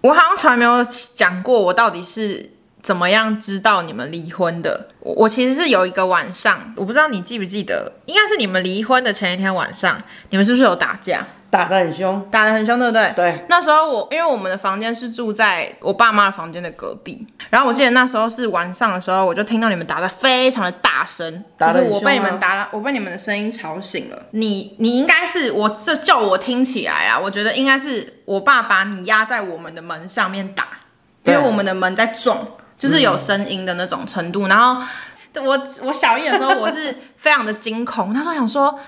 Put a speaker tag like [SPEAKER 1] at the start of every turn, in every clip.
[SPEAKER 1] 我好像从来没有讲过我到底是怎么样知道你们离婚的。我我其实是有一个晚上，我不知道你记不记得，应该是你们离婚的前一天晚上，你们是不是有打架？
[SPEAKER 2] 打得很凶，
[SPEAKER 1] 打得很凶，对不对？
[SPEAKER 2] 对。
[SPEAKER 1] 那时候我因为我们的房间是住在我爸妈的房间的隔壁，然后我记得那时候是晚上的时候，我就听到你们打得非常的大声，
[SPEAKER 2] 打
[SPEAKER 1] 就
[SPEAKER 2] 得
[SPEAKER 1] 是
[SPEAKER 2] 很
[SPEAKER 1] 我被你们
[SPEAKER 2] 凶啊
[SPEAKER 1] 打，我被你们的声音吵醒了。你你应该是我这就我听起来啊，我觉得应该是我爸把你压在我们的门上面打，因
[SPEAKER 2] 对
[SPEAKER 1] 为我们的门在撞，就是有声音的那种程度。然后我我小一的时候，我是非常的惊恐，那时候想说。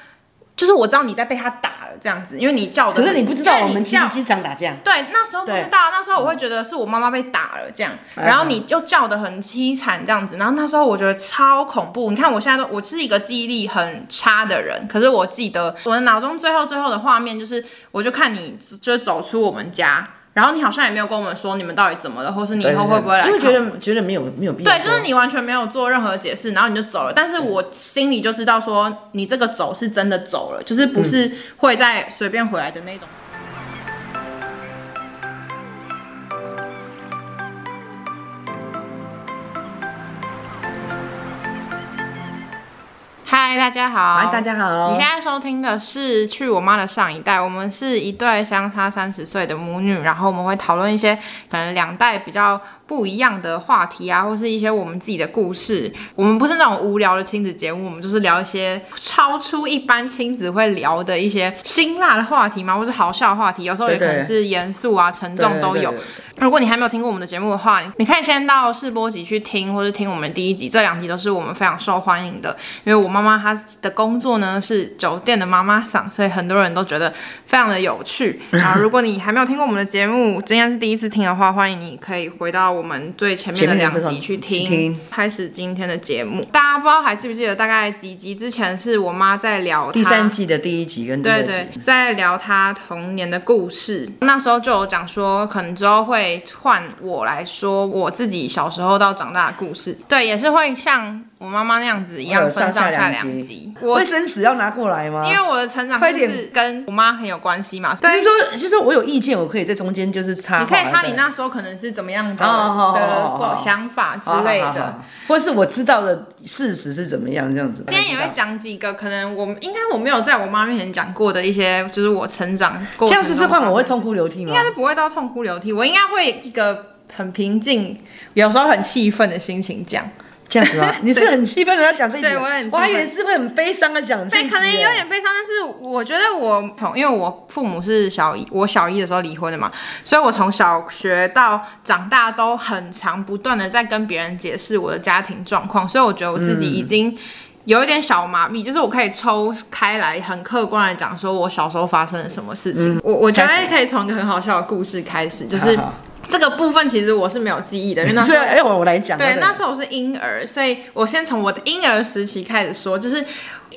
[SPEAKER 1] 就是我知道你在被他打了这样子，因为你叫的，
[SPEAKER 2] 可是你不知
[SPEAKER 1] 因
[SPEAKER 2] 道
[SPEAKER 1] 为
[SPEAKER 2] 我们
[SPEAKER 1] 你
[SPEAKER 2] 其
[SPEAKER 1] 叫
[SPEAKER 2] 实经常打架，
[SPEAKER 1] 对，那时候不知
[SPEAKER 2] 对嗯
[SPEAKER 1] 道，那时候我会觉得是我妈妈被打了这样，然后你又叫的很凄惨这样子，然后那时候我觉得超恐怖。你看我现在都，我是一个记忆力很差的人，可是我记得我的脑中最后最后的画面就是，我就看你就走出我们家，然后你好像也没有跟我们说你们到底怎么了，或是你以后会不会来
[SPEAKER 2] 因为
[SPEAKER 1] 看
[SPEAKER 2] 觉
[SPEAKER 1] 我们
[SPEAKER 2] 得觉得没有没有必要
[SPEAKER 1] 对，
[SPEAKER 2] 说，
[SPEAKER 1] 就是你完全没有做任何解释，然后你就走了。但是我心里就知道说，你这个走是真的走了，就是不是
[SPEAKER 2] 嗯
[SPEAKER 1] 会再随便回来的那种。嗨，大家好！
[SPEAKER 2] 哎，大家好，
[SPEAKER 1] 你现在收听的是《去我妈的上一代》，我们是一对相差三十岁的母女，然后我们会讨论一些可能两代比较不一样的话题啊，或是一些我们自己的故事。我们不是那种无聊的亲子节目，我们就是聊一些超出一般亲子会聊的一些辛辣的话题嘛，或是好笑的话题，有时候也可能是严肃啊、沉重都有
[SPEAKER 2] 对。对
[SPEAKER 1] 如果你还没有听过我们的节目的话，你你可以先到试播集去听，或是听我们第一集，这两集都是我们非常受欢迎的。因为我妈妈她的工作呢是酒店的妈妈嗓，所以很多人都觉得非常的有 趣。然后如果你还没有听过我们的节目，今天是第一次听的话，欢迎你可以回到我们最前面的
[SPEAKER 2] 前面
[SPEAKER 1] 两
[SPEAKER 2] 的这
[SPEAKER 1] 集
[SPEAKER 2] 种
[SPEAKER 1] 去听。
[SPEAKER 2] 去听
[SPEAKER 1] 开始今天的节目，大家不知道还记不记得，大概几集之前是我妈在聊
[SPEAKER 2] 第
[SPEAKER 1] 她
[SPEAKER 2] 三季的第一集跟第二
[SPEAKER 1] 对
[SPEAKER 2] 集，
[SPEAKER 1] 对，在聊他童年的故事。那时候就有讲说，可能之后会换我来说我自己小时候到长大的故事。对，也是会像我妈妈那样子一样
[SPEAKER 2] 有
[SPEAKER 1] 分上下
[SPEAKER 2] 下
[SPEAKER 1] 两
[SPEAKER 2] 集
[SPEAKER 1] 集。。我
[SPEAKER 2] 卫生纸要拿过来吗？
[SPEAKER 1] 因为我的成长
[SPEAKER 2] 快
[SPEAKER 1] 故
[SPEAKER 2] 点
[SPEAKER 1] 事跟我妈很有关系嘛，所
[SPEAKER 2] 就是
[SPEAKER 1] 以
[SPEAKER 2] 说，就是说我有意见，我可以在中间就是插话，
[SPEAKER 1] 你可以插你
[SPEAKER 2] 对
[SPEAKER 1] 那时候可能是怎么样的
[SPEAKER 2] 哦好好好好
[SPEAKER 1] 的
[SPEAKER 2] 好
[SPEAKER 1] 想法之
[SPEAKER 2] 好啊好
[SPEAKER 1] 类
[SPEAKER 2] 好
[SPEAKER 1] 的。
[SPEAKER 2] 好或是我知道的事实是怎么样这样子。
[SPEAKER 1] 今天也会讲几个可能我们应该我没有在我妈面前讲过的一些，就是我成长过程中
[SPEAKER 2] 这样子是换我会
[SPEAKER 1] 发生的
[SPEAKER 2] 痛哭流涕吗
[SPEAKER 1] 应该？是不会到痛哭流涕，我应该会一个很平静，有时候很气愤的心情讲。
[SPEAKER 2] 这样子 吗？你是很气愤的要讲这一集，
[SPEAKER 1] 对我很气愤
[SPEAKER 2] 我还以为是会很悲伤的讲这一
[SPEAKER 1] 对，
[SPEAKER 2] 集，
[SPEAKER 1] 可能有点悲伤，但是我觉得我从因为我父母是小一，我小一的时候离婚的嘛，所以我从小学到长大都很常不断的在跟别人解释我的家庭状况，所以我觉得我自己已经。有一点小麻痹，就是我可以抽开来，很客观的讲，说我小时候发生了什么事情。我我觉得可以从一个很好笑的故事开始，就是
[SPEAKER 2] 好好
[SPEAKER 1] 这个部分其实我是没有记忆的，因为那时
[SPEAKER 2] 所以
[SPEAKER 1] 候
[SPEAKER 2] 哎，我我来讲。
[SPEAKER 1] 对，那时候我是婴儿，所以我先从我的婴儿时期开始说，就是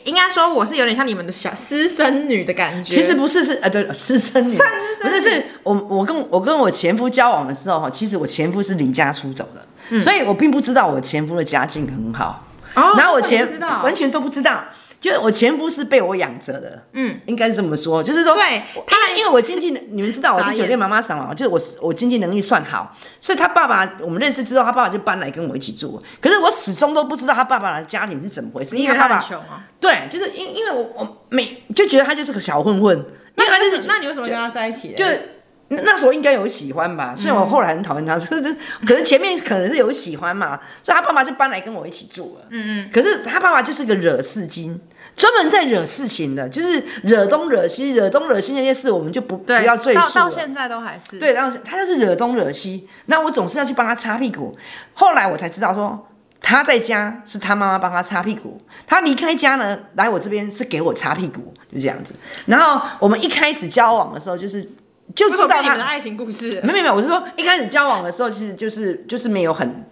[SPEAKER 1] 应该说我是有点像你们的小私生女的感觉。
[SPEAKER 2] 其实不是是呃对私生女，不是是我我跟我跟我前夫交往的时候哈，其实我前夫是离家出走的，所以我并不知道我前夫的家境很好。
[SPEAKER 1] 嗯哦，
[SPEAKER 2] 然后我
[SPEAKER 1] 这你
[SPEAKER 2] 前
[SPEAKER 1] 不知道
[SPEAKER 2] 完全都不知道，就是我前夫是被我养着的，嗯，应该是这么说，就是说，
[SPEAKER 1] 对
[SPEAKER 2] 我
[SPEAKER 1] 他
[SPEAKER 2] 因为因为我经济能，你们知道我
[SPEAKER 1] 傻
[SPEAKER 2] 是
[SPEAKER 1] 眼
[SPEAKER 2] 酒店妈妈桑嘛，就是我我经济能力算好，所以他爸爸我们认识之后，他爸爸就搬来跟我一起住，可是我始终都不知道他爸爸的家庭是怎么回事，因
[SPEAKER 1] 因
[SPEAKER 2] 为
[SPEAKER 1] 为
[SPEAKER 2] 他
[SPEAKER 1] 他
[SPEAKER 2] 爸
[SPEAKER 1] 很
[SPEAKER 2] 爸
[SPEAKER 1] 穷啊。
[SPEAKER 2] 对，就是因因为我我每就觉得他就是个小混混，因
[SPEAKER 1] 那
[SPEAKER 2] 为他
[SPEAKER 1] 你
[SPEAKER 2] 就
[SPEAKER 1] 为
[SPEAKER 2] 是
[SPEAKER 1] 什那你为什么跟他在一起嘞？
[SPEAKER 2] 就那那时候应该有喜欢吧，虽
[SPEAKER 1] 嗯
[SPEAKER 2] 然我后来很讨厌他， 就是可能前面可能是有喜欢嘛，所以他爸爸就搬来跟我一起住了。嗯嗯，可是他爸爸就是个惹事精。专门在惹事情的，就是惹东惹西，惹东惹西那些事，我们就不不
[SPEAKER 1] 对，
[SPEAKER 2] 要赘述
[SPEAKER 1] 到
[SPEAKER 2] 了。
[SPEAKER 1] 到现在都还是。
[SPEAKER 2] 对，然后他就是惹东惹西，那我总是要去帮他擦屁股。后来我才知道说，他在家是他妈妈帮他擦屁股，他离开家呢，来我这边是给我擦屁股，就这样子。然后我们一开始交往的时候，就是就
[SPEAKER 1] 为
[SPEAKER 2] 知
[SPEAKER 1] 什么
[SPEAKER 2] 道
[SPEAKER 1] 跟你们的
[SPEAKER 2] 他，
[SPEAKER 1] 爱情故事
[SPEAKER 2] 没有没有啊没有，我是说一开始交往的时候，其实就是就是没有很。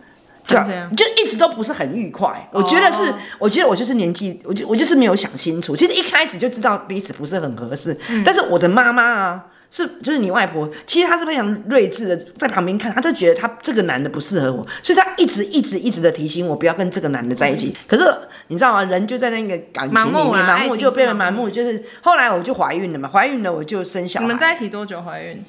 [SPEAKER 2] 就
[SPEAKER 1] 这样哦
[SPEAKER 2] 就一直都不是很愉快，我觉得是，我觉得我就是年纪，我就我就是没有想清楚。其实一开始就知道彼此不是很合适，
[SPEAKER 1] 嗯
[SPEAKER 2] 但是我的妈妈啊，是就是你外婆，其实她是非常睿智的，在旁边看，她就觉得她这个男的不适合我，所以她一直一直一直的提醒我不要跟这个男的在一起。可是你知道吗？人就在那个感情里面
[SPEAKER 1] 嗯盲目啦
[SPEAKER 2] 盲
[SPEAKER 1] 爱
[SPEAKER 2] 目
[SPEAKER 1] 情
[SPEAKER 2] 就是变
[SPEAKER 1] 盲
[SPEAKER 2] 得盲
[SPEAKER 1] 目
[SPEAKER 2] 目，就是后来我就怀孕了嘛，怀孕了我就生小
[SPEAKER 1] 你
[SPEAKER 2] 孩
[SPEAKER 1] 们。在一起多久怀孕？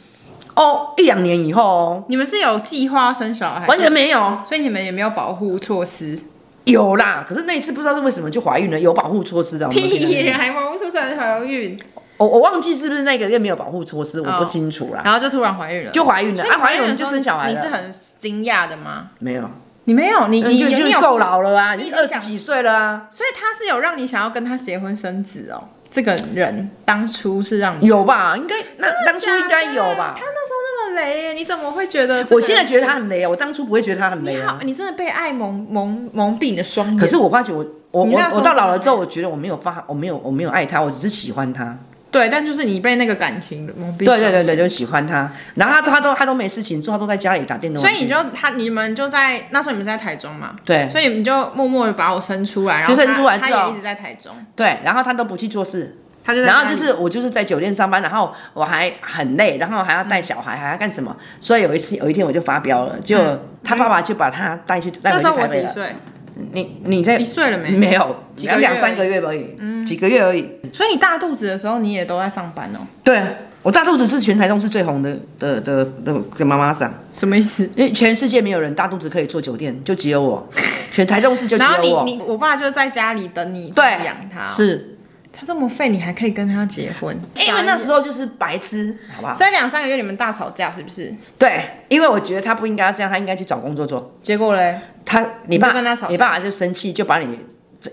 [SPEAKER 2] 哦，一两年以后哦，
[SPEAKER 1] 你们是有计划要生小孩，
[SPEAKER 2] 完全没有，
[SPEAKER 1] 所以你们也没有保护措施。
[SPEAKER 2] 有啦。可是那一次不知道是为什么就怀孕了，有保护措施的。我们都觉得
[SPEAKER 1] 屁，啊人还保护措施还怀孕，
[SPEAKER 2] 我我忘记是不是那个月没有保护措施，我不
[SPEAKER 1] 哦
[SPEAKER 2] 清楚啦。
[SPEAKER 1] 然后就突然怀孕了，
[SPEAKER 2] 啊就怀孕了，
[SPEAKER 1] 所以
[SPEAKER 2] 啊，
[SPEAKER 1] 你
[SPEAKER 2] 怀孕
[SPEAKER 1] 的
[SPEAKER 2] 了
[SPEAKER 1] 时
[SPEAKER 2] 就
[SPEAKER 1] 候
[SPEAKER 2] 生小孩
[SPEAKER 1] 你是
[SPEAKER 2] 了，
[SPEAKER 1] 很惊讶的吗？呃
[SPEAKER 2] 没有，
[SPEAKER 1] 你没有，你你
[SPEAKER 2] 就
[SPEAKER 1] 你
[SPEAKER 2] 就
[SPEAKER 1] 有
[SPEAKER 2] 够，老了啊，
[SPEAKER 1] 你已
[SPEAKER 2] 你
[SPEAKER 1] 经
[SPEAKER 2] 二十
[SPEAKER 1] 想
[SPEAKER 2] 几岁了啊，
[SPEAKER 1] 所以他是有让你想要跟他结婚生子哦。这个人当初是让你
[SPEAKER 2] 有吧？应该那当初应该有吧
[SPEAKER 1] 他？那时候那么雷耶，你怎么会觉得这个人？
[SPEAKER 2] 我现在觉得他很雷啊，我当初不会觉得他很雷
[SPEAKER 1] 你
[SPEAKER 2] 啊
[SPEAKER 1] 好，。你真的被爱蒙蒙蒙蔽你的双眼。
[SPEAKER 2] 可是我发觉我我
[SPEAKER 1] 你
[SPEAKER 2] 我
[SPEAKER 1] 那时候
[SPEAKER 2] 我到老了之后，我觉得我没有发，我没有我没有爱他，我只是喜欢他。
[SPEAKER 1] 对，但就是你被那个感情蒙蔽。
[SPEAKER 2] 对对。对对，就喜欢他。然后他他都他都没事情做，他都在家里打电动。
[SPEAKER 1] 所以你就他你们就在那时候你们是在台中嘛，
[SPEAKER 2] 对
[SPEAKER 1] 所以你们就默默的把我生出来，然后
[SPEAKER 2] 就生出来
[SPEAKER 1] 他
[SPEAKER 2] 之后
[SPEAKER 1] 他也一直在台中，
[SPEAKER 2] 对，然后他都不去做事，
[SPEAKER 1] 他就在
[SPEAKER 2] 然后
[SPEAKER 1] 家
[SPEAKER 2] 就
[SPEAKER 1] 里
[SPEAKER 2] 是我就是在酒店上班，然后我还很累，然后还要带小孩，还要干什么？所以有一次有一天我就发飙了，就他爸爸就把他带去带
[SPEAKER 1] 那
[SPEAKER 2] 回
[SPEAKER 1] 时
[SPEAKER 2] 去
[SPEAKER 1] 候
[SPEAKER 2] 台
[SPEAKER 1] 我
[SPEAKER 2] 北
[SPEAKER 1] 几
[SPEAKER 2] 了。
[SPEAKER 1] 岁？
[SPEAKER 2] 你你在
[SPEAKER 1] 一岁了没？
[SPEAKER 2] 没有
[SPEAKER 1] 几个月
[SPEAKER 2] 两
[SPEAKER 1] 而
[SPEAKER 2] 三
[SPEAKER 1] 已
[SPEAKER 2] 个月而已，几个月而已。
[SPEAKER 1] 所以你大肚子的时候你也都在上班哦？
[SPEAKER 2] 对我大肚子是全台中是最红的的的的的妈妈桑，
[SPEAKER 1] 什么意思？
[SPEAKER 2] 因为全世界没有人大肚子可以做酒店，就只有我，全台中市就只
[SPEAKER 1] 然后
[SPEAKER 2] 有
[SPEAKER 1] 你
[SPEAKER 2] 我。
[SPEAKER 1] 你我爸就在家里等你
[SPEAKER 2] 对
[SPEAKER 1] 养他哦，
[SPEAKER 2] 是，
[SPEAKER 1] 他这么废，你还可以跟他结婚？
[SPEAKER 2] 因为那时
[SPEAKER 1] 候，
[SPEAKER 2] 候就是白痴，好不好？
[SPEAKER 1] 所以两三个月你们大吵架是不是？
[SPEAKER 2] 对，因为我觉得他不应该这样，他应该去找工作做。
[SPEAKER 1] 结果嘞，
[SPEAKER 2] 他，你
[SPEAKER 1] 就
[SPEAKER 2] 爸，
[SPEAKER 1] 跟他吵架
[SPEAKER 2] 你爸就生气，就把你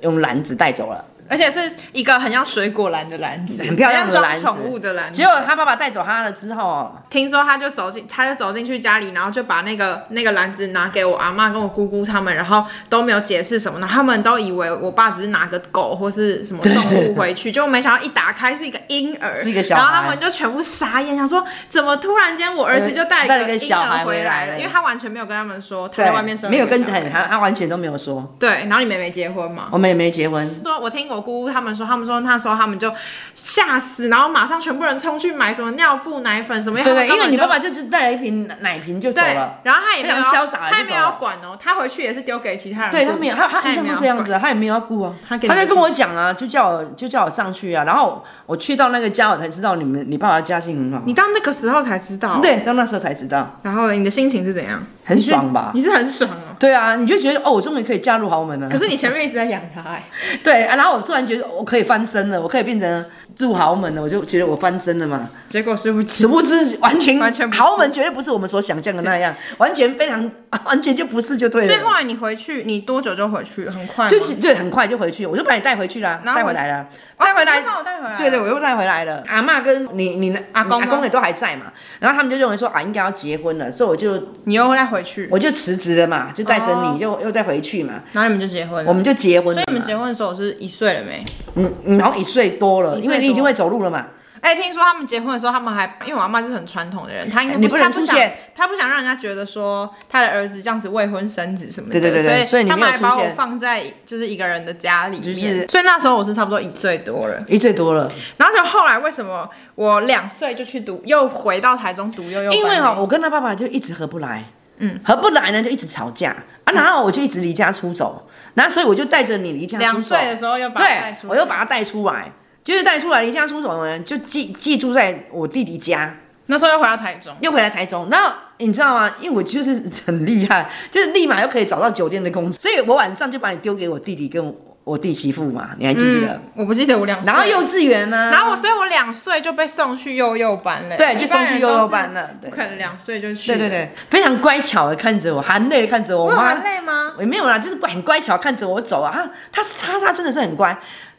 [SPEAKER 2] 用篮子带走了。
[SPEAKER 1] 而且是一个很像水果篮的篮子，
[SPEAKER 2] 很漂亮的篮
[SPEAKER 1] 很
[SPEAKER 2] 子
[SPEAKER 1] 像装宠物的篮子
[SPEAKER 2] 结。果他爸爸带走他了之后，
[SPEAKER 1] 听说他就走进，他就走进去家里，然后就把那个那个篮子拿给我阿妈跟我姑姑他们，然后都没有解释什么，然后他们都以为我爸只是拿个狗或是什么动物回去，就没想到一打开是一个婴儿，
[SPEAKER 2] 是一个小
[SPEAKER 1] 然后
[SPEAKER 2] 孩
[SPEAKER 1] 他们就全部傻眼，想说怎么突然间我儿子就带
[SPEAKER 2] 呃带了
[SPEAKER 1] 一个
[SPEAKER 2] 个小
[SPEAKER 1] 婴
[SPEAKER 2] 孩
[SPEAKER 1] 儿回来
[SPEAKER 2] 回来
[SPEAKER 1] 了，
[SPEAKER 2] 了
[SPEAKER 1] 因为他完全没有跟他们说他
[SPEAKER 2] 对
[SPEAKER 1] 在外面生，
[SPEAKER 2] 没有跟
[SPEAKER 1] 他
[SPEAKER 2] 很他他完全都没有说，
[SPEAKER 1] 对，然后你妹妹结婚嘛，
[SPEAKER 2] 我们也没结婚，
[SPEAKER 1] 说，我听我姑姑他们说，他们说那时候他们就吓死，然后马上全部人冲去买什么尿布、奶粉什么，
[SPEAKER 2] 对对，
[SPEAKER 1] 他们根本
[SPEAKER 2] 因为你
[SPEAKER 1] 就
[SPEAKER 2] 爸爸就只带了一瓶奶瓶就走
[SPEAKER 1] 对
[SPEAKER 2] 了，，
[SPEAKER 1] 然后他也没有
[SPEAKER 2] 非常潇洒地
[SPEAKER 1] 他也没有要
[SPEAKER 2] 就走了
[SPEAKER 1] 管哦，他回去也是丢给其他人顾，
[SPEAKER 2] 对他没有，他他
[SPEAKER 1] 他
[SPEAKER 2] 一
[SPEAKER 1] 也
[SPEAKER 2] 向
[SPEAKER 1] 没
[SPEAKER 2] 都
[SPEAKER 1] 有
[SPEAKER 2] 这样
[SPEAKER 1] 管
[SPEAKER 2] 子啊，他也没有要顾啊，
[SPEAKER 1] 他
[SPEAKER 2] 他
[SPEAKER 1] 给你
[SPEAKER 2] 在跟我讲啊，就叫我就叫我上去啊，然后我去到那个家，我才知道你们你爸爸家境很好，
[SPEAKER 1] 你到那个时候才知道，
[SPEAKER 2] 对，到那时候才知道，
[SPEAKER 1] 然后你的心情是怎样？
[SPEAKER 2] 很
[SPEAKER 1] 你是
[SPEAKER 2] 爽吧
[SPEAKER 1] 你是很爽哦，
[SPEAKER 2] 对啊，你就觉得哦，我终于可以嫁入豪门了，
[SPEAKER 1] 可是你前面一直在养他 哎，
[SPEAKER 2] 对、啊，然后我突然觉得我可以翻身了，我可以变成住豪门了，我就觉得我翻身了嘛，
[SPEAKER 1] 结果是不
[SPEAKER 2] 殊
[SPEAKER 1] 是？
[SPEAKER 2] 不知完全
[SPEAKER 1] 完全不是
[SPEAKER 2] 豪门绝对不是我们所想象的那样，完全非常啊完全就不是就对
[SPEAKER 1] 所以后
[SPEAKER 2] 了。
[SPEAKER 1] 来你回去，你多久就回去？很快吗，
[SPEAKER 2] 就是对，很快就回去，我就把你带回去啦，
[SPEAKER 1] 然后
[SPEAKER 2] 带
[SPEAKER 1] 回
[SPEAKER 2] 回
[SPEAKER 1] 去
[SPEAKER 2] 来了，带回
[SPEAKER 1] 你
[SPEAKER 2] 来
[SPEAKER 1] 又，把我带回来了，
[SPEAKER 2] 对对，我又带回来了。阿嬷跟你你
[SPEAKER 1] 阿公啊
[SPEAKER 2] 阿
[SPEAKER 1] 呢
[SPEAKER 2] 公也都还在嘛，然后他们就认为说啊，应该要结婚了，所以我就
[SPEAKER 1] 你又再回去，
[SPEAKER 2] 我就辞职了嘛，就带着
[SPEAKER 1] 哦
[SPEAKER 2] 你就又再回去嘛，
[SPEAKER 1] 然后你们就结婚
[SPEAKER 2] 我
[SPEAKER 1] 了。
[SPEAKER 2] 们就结婚
[SPEAKER 1] 所
[SPEAKER 2] 了
[SPEAKER 1] 以你们
[SPEAKER 2] 嘛。
[SPEAKER 1] 结婚的时候是一岁了没？
[SPEAKER 2] 嗯，嗯然后一岁多了，因为你已经会走路了嘛，
[SPEAKER 1] 哎、听说他们结婚的时候，他们还因为我阿妈就是很传统的人，她应该
[SPEAKER 2] 哎你不能
[SPEAKER 1] 她不想
[SPEAKER 2] 出现，
[SPEAKER 1] 她不想让人家觉得说她的儿子这样子未婚生子什么的，
[SPEAKER 2] 对对对对
[SPEAKER 1] 所
[SPEAKER 2] 所以你
[SPEAKER 1] 他
[SPEAKER 2] 没有
[SPEAKER 1] 们还把
[SPEAKER 2] 出
[SPEAKER 1] 我
[SPEAKER 2] 现
[SPEAKER 1] 放在就是一个人的家里面，
[SPEAKER 2] 就是
[SPEAKER 1] 所以那时候我是差不多一岁多了，
[SPEAKER 2] 一岁多了。
[SPEAKER 1] 然后就后来为什么我两岁就去读，又回到台中读幼幼班，
[SPEAKER 2] 因为哈、我跟他爸爸就一直合不来，嗯，合不来呢就一直吵架啊，然后我就一直离家出走，然后所以我就带着你离家
[SPEAKER 1] 嗯两
[SPEAKER 2] 出走
[SPEAKER 1] 岁。的时候又把他带
[SPEAKER 2] 对，
[SPEAKER 1] 出来，
[SPEAKER 2] 我又把他带出来，就是带出来离家出走呢，就寄寄住在我弟弟家，
[SPEAKER 1] 那时候又回到台中，
[SPEAKER 2] 又回来台中。然后你知道吗？因为我就是很厉害，就是立马又可以找到酒店的工作，所以我晚上就把你丢给我弟弟跟我我弟媳妇嘛，你还记不记得？
[SPEAKER 1] 嗯，我不记得我两岁，
[SPEAKER 2] 然后幼稚园呢、
[SPEAKER 1] 然后我，所以我两岁就被送去幼幼班了，
[SPEAKER 2] 对
[SPEAKER 1] 一
[SPEAKER 2] 就
[SPEAKER 1] 般
[SPEAKER 2] 送去
[SPEAKER 1] 人都
[SPEAKER 2] 幼幼
[SPEAKER 1] 是
[SPEAKER 2] 班了对
[SPEAKER 1] 不可能两岁就去，
[SPEAKER 2] 对对，对，非常乖巧的看着我，含泪地看着我，
[SPEAKER 1] 我
[SPEAKER 2] 我
[SPEAKER 1] 有
[SPEAKER 2] 妈
[SPEAKER 1] 很累吗？
[SPEAKER 2] 啊也没有啦，就是很乖巧看着我走啊。他他他他真的是很乖，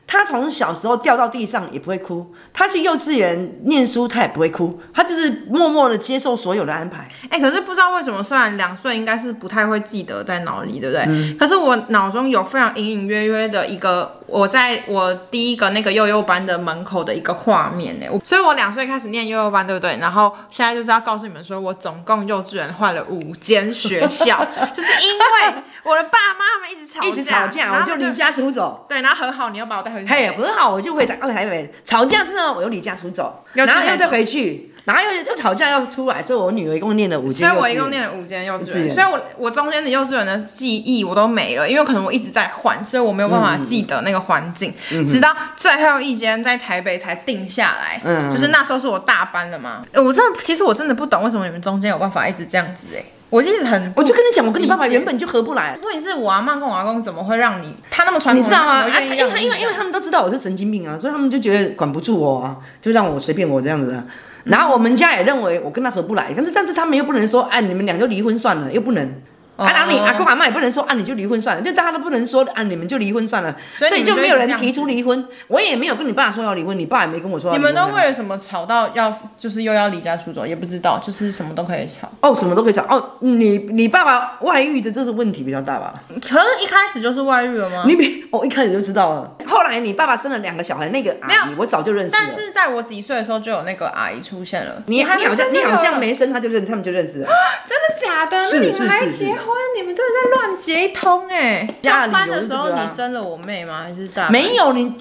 [SPEAKER 2] 他从小时候掉到地上也不会哭，他去幼稚园念书他也不会哭，他就是默默的接受所有的安排。
[SPEAKER 1] 哎、可是不知道为什么，虽然两岁应该是不太会记得在脑里，对不对？
[SPEAKER 2] 嗯
[SPEAKER 1] 可是我脑中有非常隐隐约约的一个，我在我第一个那个幼幼班的门口的一个画面欸呢。我所以我两岁开始念幼幼班，对不对？然后现在就是要告诉你们说，我总共幼稚园换了五间学校， 就是因为我的爸妈他们一直吵架，
[SPEAKER 2] 一直吵架，
[SPEAKER 1] 然
[SPEAKER 2] 我
[SPEAKER 1] 后
[SPEAKER 2] 就
[SPEAKER 1] 他们
[SPEAKER 2] 离家出走。
[SPEAKER 1] 对，然后和好你又把我带回去，
[SPEAKER 2] 哦嘿，很好，我就回台回台北。吵架是呢，我又离家出走，
[SPEAKER 1] 又去
[SPEAKER 2] 然后
[SPEAKER 1] 台
[SPEAKER 2] 又再
[SPEAKER 1] 北
[SPEAKER 2] 回去，然后又又吵架又出来，所以我女儿一共念了五
[SPEAKER 1] 所
[SPEAKER 2] 间
[SPEAKER 1] 以
[SPEAKER 2] 幼稚园，
[SPEAKER 1] 我一共念了五间幼稚
[SPEAKER 2] 幼稚
[SPEAKER 1] 园，
[SPEAKER 2] 园
[SPEAKER 1] 所以我我中间的幼稚园的记忆我都没了，因为可能我一直在换，所以我没有办
[SPEAKER 2] 嗯
[SPEAKER 1] 法记得那个环境，直到最后一间在台北才定下来，
[SPEAKER 2] 嗯
[SPEAKER 1] 就是那时候是我大班了嘛，呃我真的其实我真的不懂为什么你们中间有办法一直这样子哎、我一直很不
[SPEAKER 2] 我就跟你讲，我跟你爸爸
[SPEAKER 1] 理解
[SPEAKER 2] 原本就合不来，
[SPEAKER 1] 问题是我阿妈跟我阿公怎么会让你他那么传统，
[SPEAKER 2] 你知道吗？
[SPEAKER 1] 怎么
[SPEAKER 2] 啊
[SPEAKER 1] 愿
[SPEAKER 2] 因
[SPEAKER 1] 意
[SPEAKER 2] 为
[SPEAKER 1] 让
[SPEAKER 2] 他
[SPEAKER 1] 你
[SPEAKER 2] 因为因为他们都知道我是神经病啊，所以他们就觉得管不住我啊，就让我随便我这样子啊。然后我们家也认为我跟他合不来，但是但是他们又不能说，哎、你们俩就离婚算了，又不能。啊，然后你
[SPEAKER 1] 哦
[SPEAKER 2] 阿公阿妈也不能说啊，你就离婚算了，就大家都不能说啊，你们就离婚算了，
[SPEAKER 1] 所
[SPEAKER 2] 所
[SPEAKER 1] 以你们
[SPEAKER 2] 就没有人
[SPEAKER 1] 就一直这样
[SPEAKER 2] 提出离婚，我也没有跟你爸说要离婚，你爸也没跟我说要
[SPEAKER 1] 你
[SPEAKER 2] 离婚啊、
[SPEAKER 1] 们都为了什么吵到要就是又要离家出走，也不知道，就是什么都可以吵。
[SPEAKER 2] 哦，什么都可以讲哦，你你爸爸外遇的这个问题比较大吧？
[SPEAKER 1] 可是一开始就是外遇了吗？
[SPEAKER 2] 你比哦我、一开始就知道了，后来你爸爸生了两个小孩，那个阿
[SPEAKER 1] 没有
[SPEAKER 2] 姨我早就认识了
[SPEAKER 1] 但。是在我几岁的时候就有那个阿姨出现了。
[SPEAKER 2] 啊你
[SPEAKER 1] 我还
[SPEAKER 2] 你好
[SPEAKER 1] 没
[SPEAKER 2] 像
[SPEAKER 1] 生
[SPEAKER 2] 你
[SPEAKER 1] 那
[SPEAKER 2] 好
[SPEAKER 1] 个
[SPEAKER 2] 像没生，他就认他们就认识了。
[SPEAKER 1] 真的假的？那
[SPEAKER 2] 是
[SPEAKER 1] 你们
[SPEAKER 2] 是
[SPEAKER 1] 还
[SPEAKER 2] 是是
[SPEAKER 1] 结婚？你们真的在乱结一通哎、
[SPEAKER 2] 家
[SPEAKER 1] 上
[SPEAKER 2] 里
[SPEAKER 1] 班
[SPEAKER 2] 有
[SPEAKER 1] 的
[SPEAKER 2] 这
[SPEAKER 1] 时
[SPEAKER 2] 个
[SPEAKER 1] 候
[SPEAKER 2] 啊
[SPEAKER 1] 你生了我妹吗？还是大班？
[SPEAKER 2] 没有你
[SPEAKER 1] 我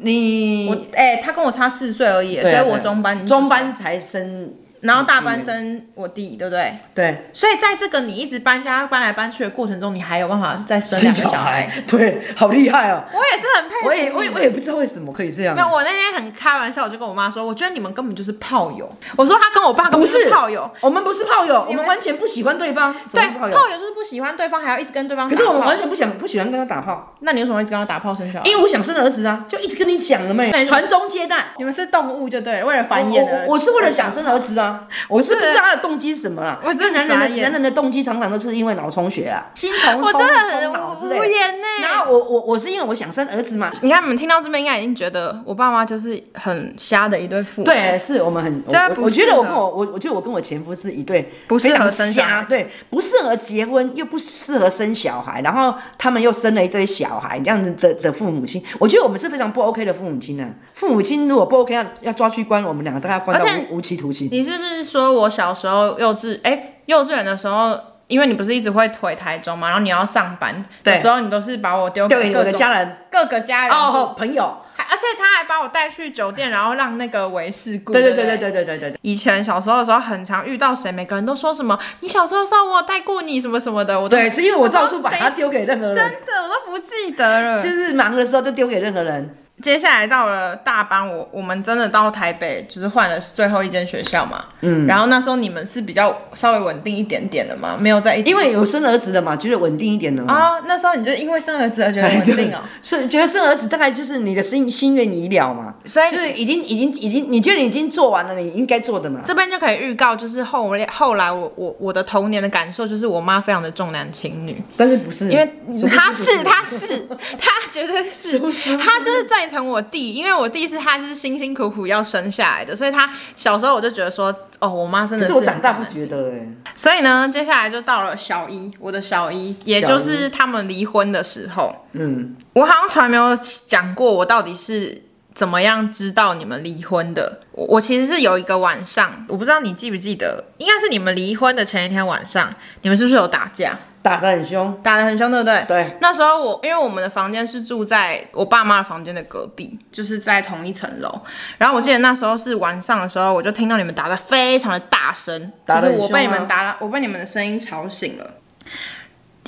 [SPEAKER 2] 你，
[SPEAKER 1] 哎、她跟我差四岁而已，所
[SPEAKER 2] 对啊
[SPEAKER 1] 以我
[SPEAKER 2] 对啊
[SPEAKER 1] 中班，
[SPEAKER 2] 中，班嗯才生，
[SPEAKER 1] 然后大班生我弟，对不对？
[SPEAKER 2] 对，
[SPEAKER 1] 所以在这个你一直搬家搬来搬去的过程中，你还有办法再生两个小孩，，
[SPEAKER 2] 对，好厉害 哦！
[SPEAKER 1] 我也是很佩服。
[SPEAKER 2] 我也我也我也不知道为什么可以这样
[SPEAKER 1] 没。有，我那天很开玩笑，我就跟我妈说，我觉得你们根本就是炮友。我说他跟我爸根本
[SPEAKER 2] 不
[SPEAKER 1] 就是
[SPEAKER 2] 是
[SPEAKER 1] 炮友，，
[SPEAKER 2] 我们不是炮友，我
[SPEAKER 1] 们
[SPEAKER 2] 们完全不喜欢对方，怎
[SPEAKER 1] 对
[SPEAKER 2] 么是，炮友？
[SPEAKER 1] 炮友就是不喜欢对方，还要一直跟对方
[SPEAKER 2] 可
[SPEAKER 1] 打
[SPEAKER 2] 是我们
[SPEAKER 1] 炮
[SPEAKER 2] 完。全不想不喜欢跟他打炮，
[SPEAKER 1] 那你为什么一直跟他打炮生小孩？
[SPEAKER 2] 因为我想生儿子啊，就一直跟你讲了没
[SPEAKER 1] 对，
[SPEAKER 2] 传宗接代。
[SPEAKER 1] 你们是动物就对了，为了繁衍而
[SPEAKER 2] 我我我是为了想生儿子 啊，我是不知道他的动机是什么啦。
[SPEAKER 1] 我真的
[SPEAKER 2] 男人
[SPEAKER 1] 傻
[SPEAKER 2] 的
[SPEAKER 1] 眼
[SPEAKER 2] 男人的动机常常都是因为脑充血啊，精虫
[SPEAKER 1] 我
[SPEAKER 2] 充
[SPEAKER 1] 真的
[SPEAKER 2] 冲
[SPEAKER 1] 很
[SPEAKER 2] 脑之
[SPEAKER 1] 无
[SPEAKER 2] 类
[SPEAKER 1] 无
[SPEAKER 2] 的。
[SPEAKER 1] 言呢、
[SPEAKER 2] 然后我我我是因为我想生儿子嘛，
[SPEAKER 1] 你看，你们听到这边应该已经觉得我爸妈就是很瞎的一对父母。
[SPEAKER 2] 对，是我们很，
[SPEAKER 1] 这样
[SPEAKER 2] 我
[SPEAKER 1] 不
[SPEAKER 2] 我觉得
[SPEAKER 1] 适
[SPEAKER 2] 我
[SPEAKER 1] 合
[SPEAKER 2] 跟我我我觉得我跟我前夫是一对
[SPEAKER 1] 不适
[SPEAKER 2] 非常
[SPEAKER 1] 合生小
[SPEAKER 2] 瞎，
[SPEAKER 1] 孩
[SPEAKER 2] 对，不适合结婚，又不适合生小孩，然后他们又生了一堆小孩，这样子的的父母亲，我觉得我们是非常不 OK 的父母亲呢、啊父母亲如果不 OK 要要抓去关，我们两个大概关到
[SPEAKER 1] 而且
[SPEAKER 2] 无无期徒刑。
[SPEAKER 1] 你是不是说我小时候幼稚哎、幼稚园的时候，因为你不是一直会回台中嘛，然后你要上班
[SPEAKER 2] 对
[SPEAKER 1] 的时候，你都是把我丢
[SPEAKER 2] 丢
[SPEAKER 1] 给
[SPEAKER 2] 给我
[SPEAKER 1] 各
[SPEAKER 2] 的
[SPEAKER 1] 种
[SPEAKER 2] 家人
[SPEAKER 1] 各个家人住，
[SPEAKER 2] 哦，朋友，
[SPEAKER 1] 还而且他还把我带去酒店，然后让那个维事故。
[SPEAKER 2] 对对
[SPEAKER 1] 对
[SPEAKER 2] 对
[SPEAKER 1] 不
[SPEAKER 2] 对。对对对对对，
[SPEAKER 1] 以前小时候的时候，很常遇到谁，每个人都说什么“你小时候的时候我有带过你”什么什么的，我都
[SPEAKER 2] 对，是因为我到处把
[SPEAKER 1] 谁
[SPEAKER 2] 它丢给任何
[SPEAKER 1] 真
[SPEAKER 2] 人，
[SPEAKER 1] 的我都不记得了。
[SPEAKER 2] 就是忙的时候就丢给任何人。
[SPEAKER 1] 接下来到了大班，我我们真的到台北，就是换了最后一间学校嘛。嗯，然后那时候你们是比较稍微稳定一点点的嘛，没有在一起。
[SPEAKER 2] 因为有生儿子的嘛，觉得稳定一点的嘛。
[SPEAKER 1] 啊、那时候你就因为生儿子而觉得
[SPEAKER 2] 哎
[SPEAKER 1] 稳
[SPEAKER 2] 对
[SPEAKER 1] 定哦、
[SPEAKER 2] 是觉得生儿子大概就是你的心心愿已了嘛，
[SPEAKER 1] 所以
[SPEAKER 2] 就是已经已经已经，你觉得你已经做完了你应该做的嘛。
[SPEAKER 1] 这边就可以预告，就是后来后来我我我的童年的感受就是，我妈非常的重男轻女，
[SPEAKER 2] 但是不是？
[SPEAKER 1] 因为
[SPEAKER 2] 殊不知
[SPEAKER 1] 她
[SPEAKER 2] 不
[SPEAKER 1] 是她是她绝对是
[SPEAKER 2] 殊不知，
[SPEAKER 1] 她就是赞成我弟，因为我弟是她就是辛辛苦苦要生下来的，所以她小时候我就觉得说，哦，我妈真的
[SPEAKER 2] 可是
[SPEAKER 1] 是
[SPEAKER 2] 我
[SPEAKER 1] 很
[SPEAKER 2] 长大
[SPEAKER 1] 重
[SPEAKER 2] 不
[SPEAKER 1] 男轻
[SPEAKER 2] 觉得哎、
[SPEAKER 1] 所以呢，接下来就到了小一，我的小一，也就是他们离婚的时候，
[SPEAKER 2] 嗯，
[SPEAKER 1] 我好像从来没有讲过我到底是怎么样知道你们离婚的。我我其实是有一个晚上，我不知道你记不记得，应该是你们离婚的前一天晚上，你们是不是有打架？
[SPEAKER 2] 打得很凶，
[SPEAKER 1] 打得很凶，对不对？
[SPEAKER 2] 对。
[SPEAKER 1] 那时候我因为我们的房间是住在我爸妈的房间的隔壁，就是在同一层楼。然后我记得那时候是晚上的时候，我就听到你们打得非常的大声，
[SPEAKER 2] 打
[SPEAKER 1] 就
[SPEAKER 2] 得
[SPEAKER 1] 是
[SPEAKER 2] 很
[SPEAKER 1] 我被你
[SPEAKER 2] 凶啊
[SPEAKER 1] 们打，我被你们的声音吵醒了，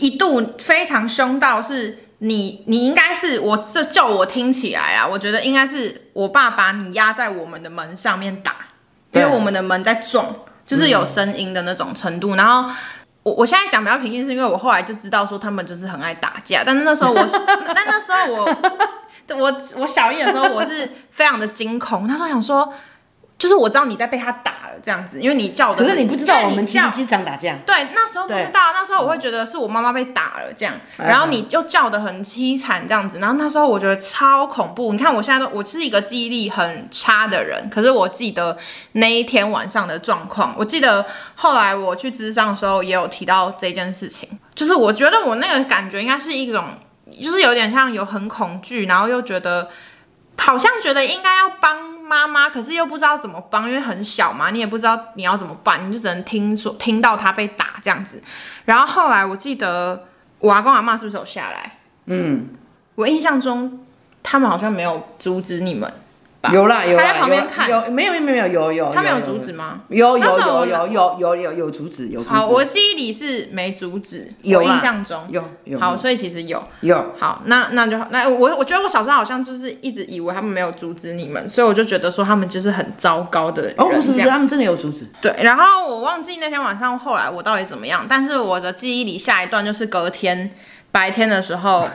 [SPEAKER 1] 一度非常凶到是你，你应该是我这就我听起来啊，我觉得应该是我爸把你压在我们的门上面打，因为
[SPEAKER 2] 对
[SPEAKER 1] 我们的门在撞，就是有声音的那种程
[SPEAKER 2] 嗯
[SPEAKER 1] 度，然后。我我现在讲比较平静，是因为我后来就知道说他们就是很爱打架，但是那时候 我，但那时候我，我 我小一的时候我是非常的惊恐，那时候想说，就是我知道你在被他打了这样子，因为你叫的，
[SPEAKER 2] 可是你不知道
[SPEAKER 1] 因为
[SPEAKER 2] 我们其
[SPEAKER 1] 叫
[SPEAKER 2] 实经常打架。
[SPEAKER 1] 对，那时候不知
[SPEAKER 2] 对
[SPEAKER 1] 道，那时候我会觉得是我妈妈被打了这样，然后你又叫的很凄惨这样子，然后那时候我觉得超恐怖。你看我现在都，我是一个记忆力很差的人，可是我记得那一天晚上的状况。我记得后来我去咨商的时候也有提到这件事情，就是我觉得我那个感觉应该是一种，就是有点像有很恐惧，然后又觉得好像觉得应该要帮妈妈，可是又不知道怎么帮，因为很小嘛，你也不知道你要怎么办，你就只能听说听到她被打这样子。然后后来我记得我阿公阿妈是不是有下来？嗯，我印象中他们好像没有阻止你们，吧？
[SPEAKER 2] 有啦有啦，
[SPEAKER 1] 他在旁边看
[SPEAKER 2] 有有没有没有没有有有，
[SPEAKER 1] 他没有阻止吗？
[SPEAKER 2] 有
[SPEAKER 1] 那
[SPEAKER 2] 有
[SPEAKER 1] 时候
[SPEAKER 2] 有
[SPEAKER 1] 我
[SPEAKER 2] 有有有有有阻止有阻止，
[SPEAKER 1] 好，我记忆里是没阻止，
[SPEAKER 2] 有
[SPEAKER 1] 我
[SPEAKER 2] 啦
[SPEAKER 1] 印象中
[SPEAKER 2] 有有
[SPEAKER 1] 好，所以其实有。
[SPEAKER 2] 有
[SPEAKER 1] 好，那那就好。那我我觉得我小时候好像就是一直以为他们没有阻止你们，所以我就觉得说他们就是很糟糕的人。
[SPEAKER 2] 哦，不是
[SPEAKER 1] 这
[SPEAKER 2] 不是，
[SPEAKER 1] 样
[SPEAKER 2] 他们真的有阻止，
[SPEAKER 1] 对，然后我忘记那天晚上后来我到底怎么样，但是我的记忆里下一段就是隔天白天的时 候，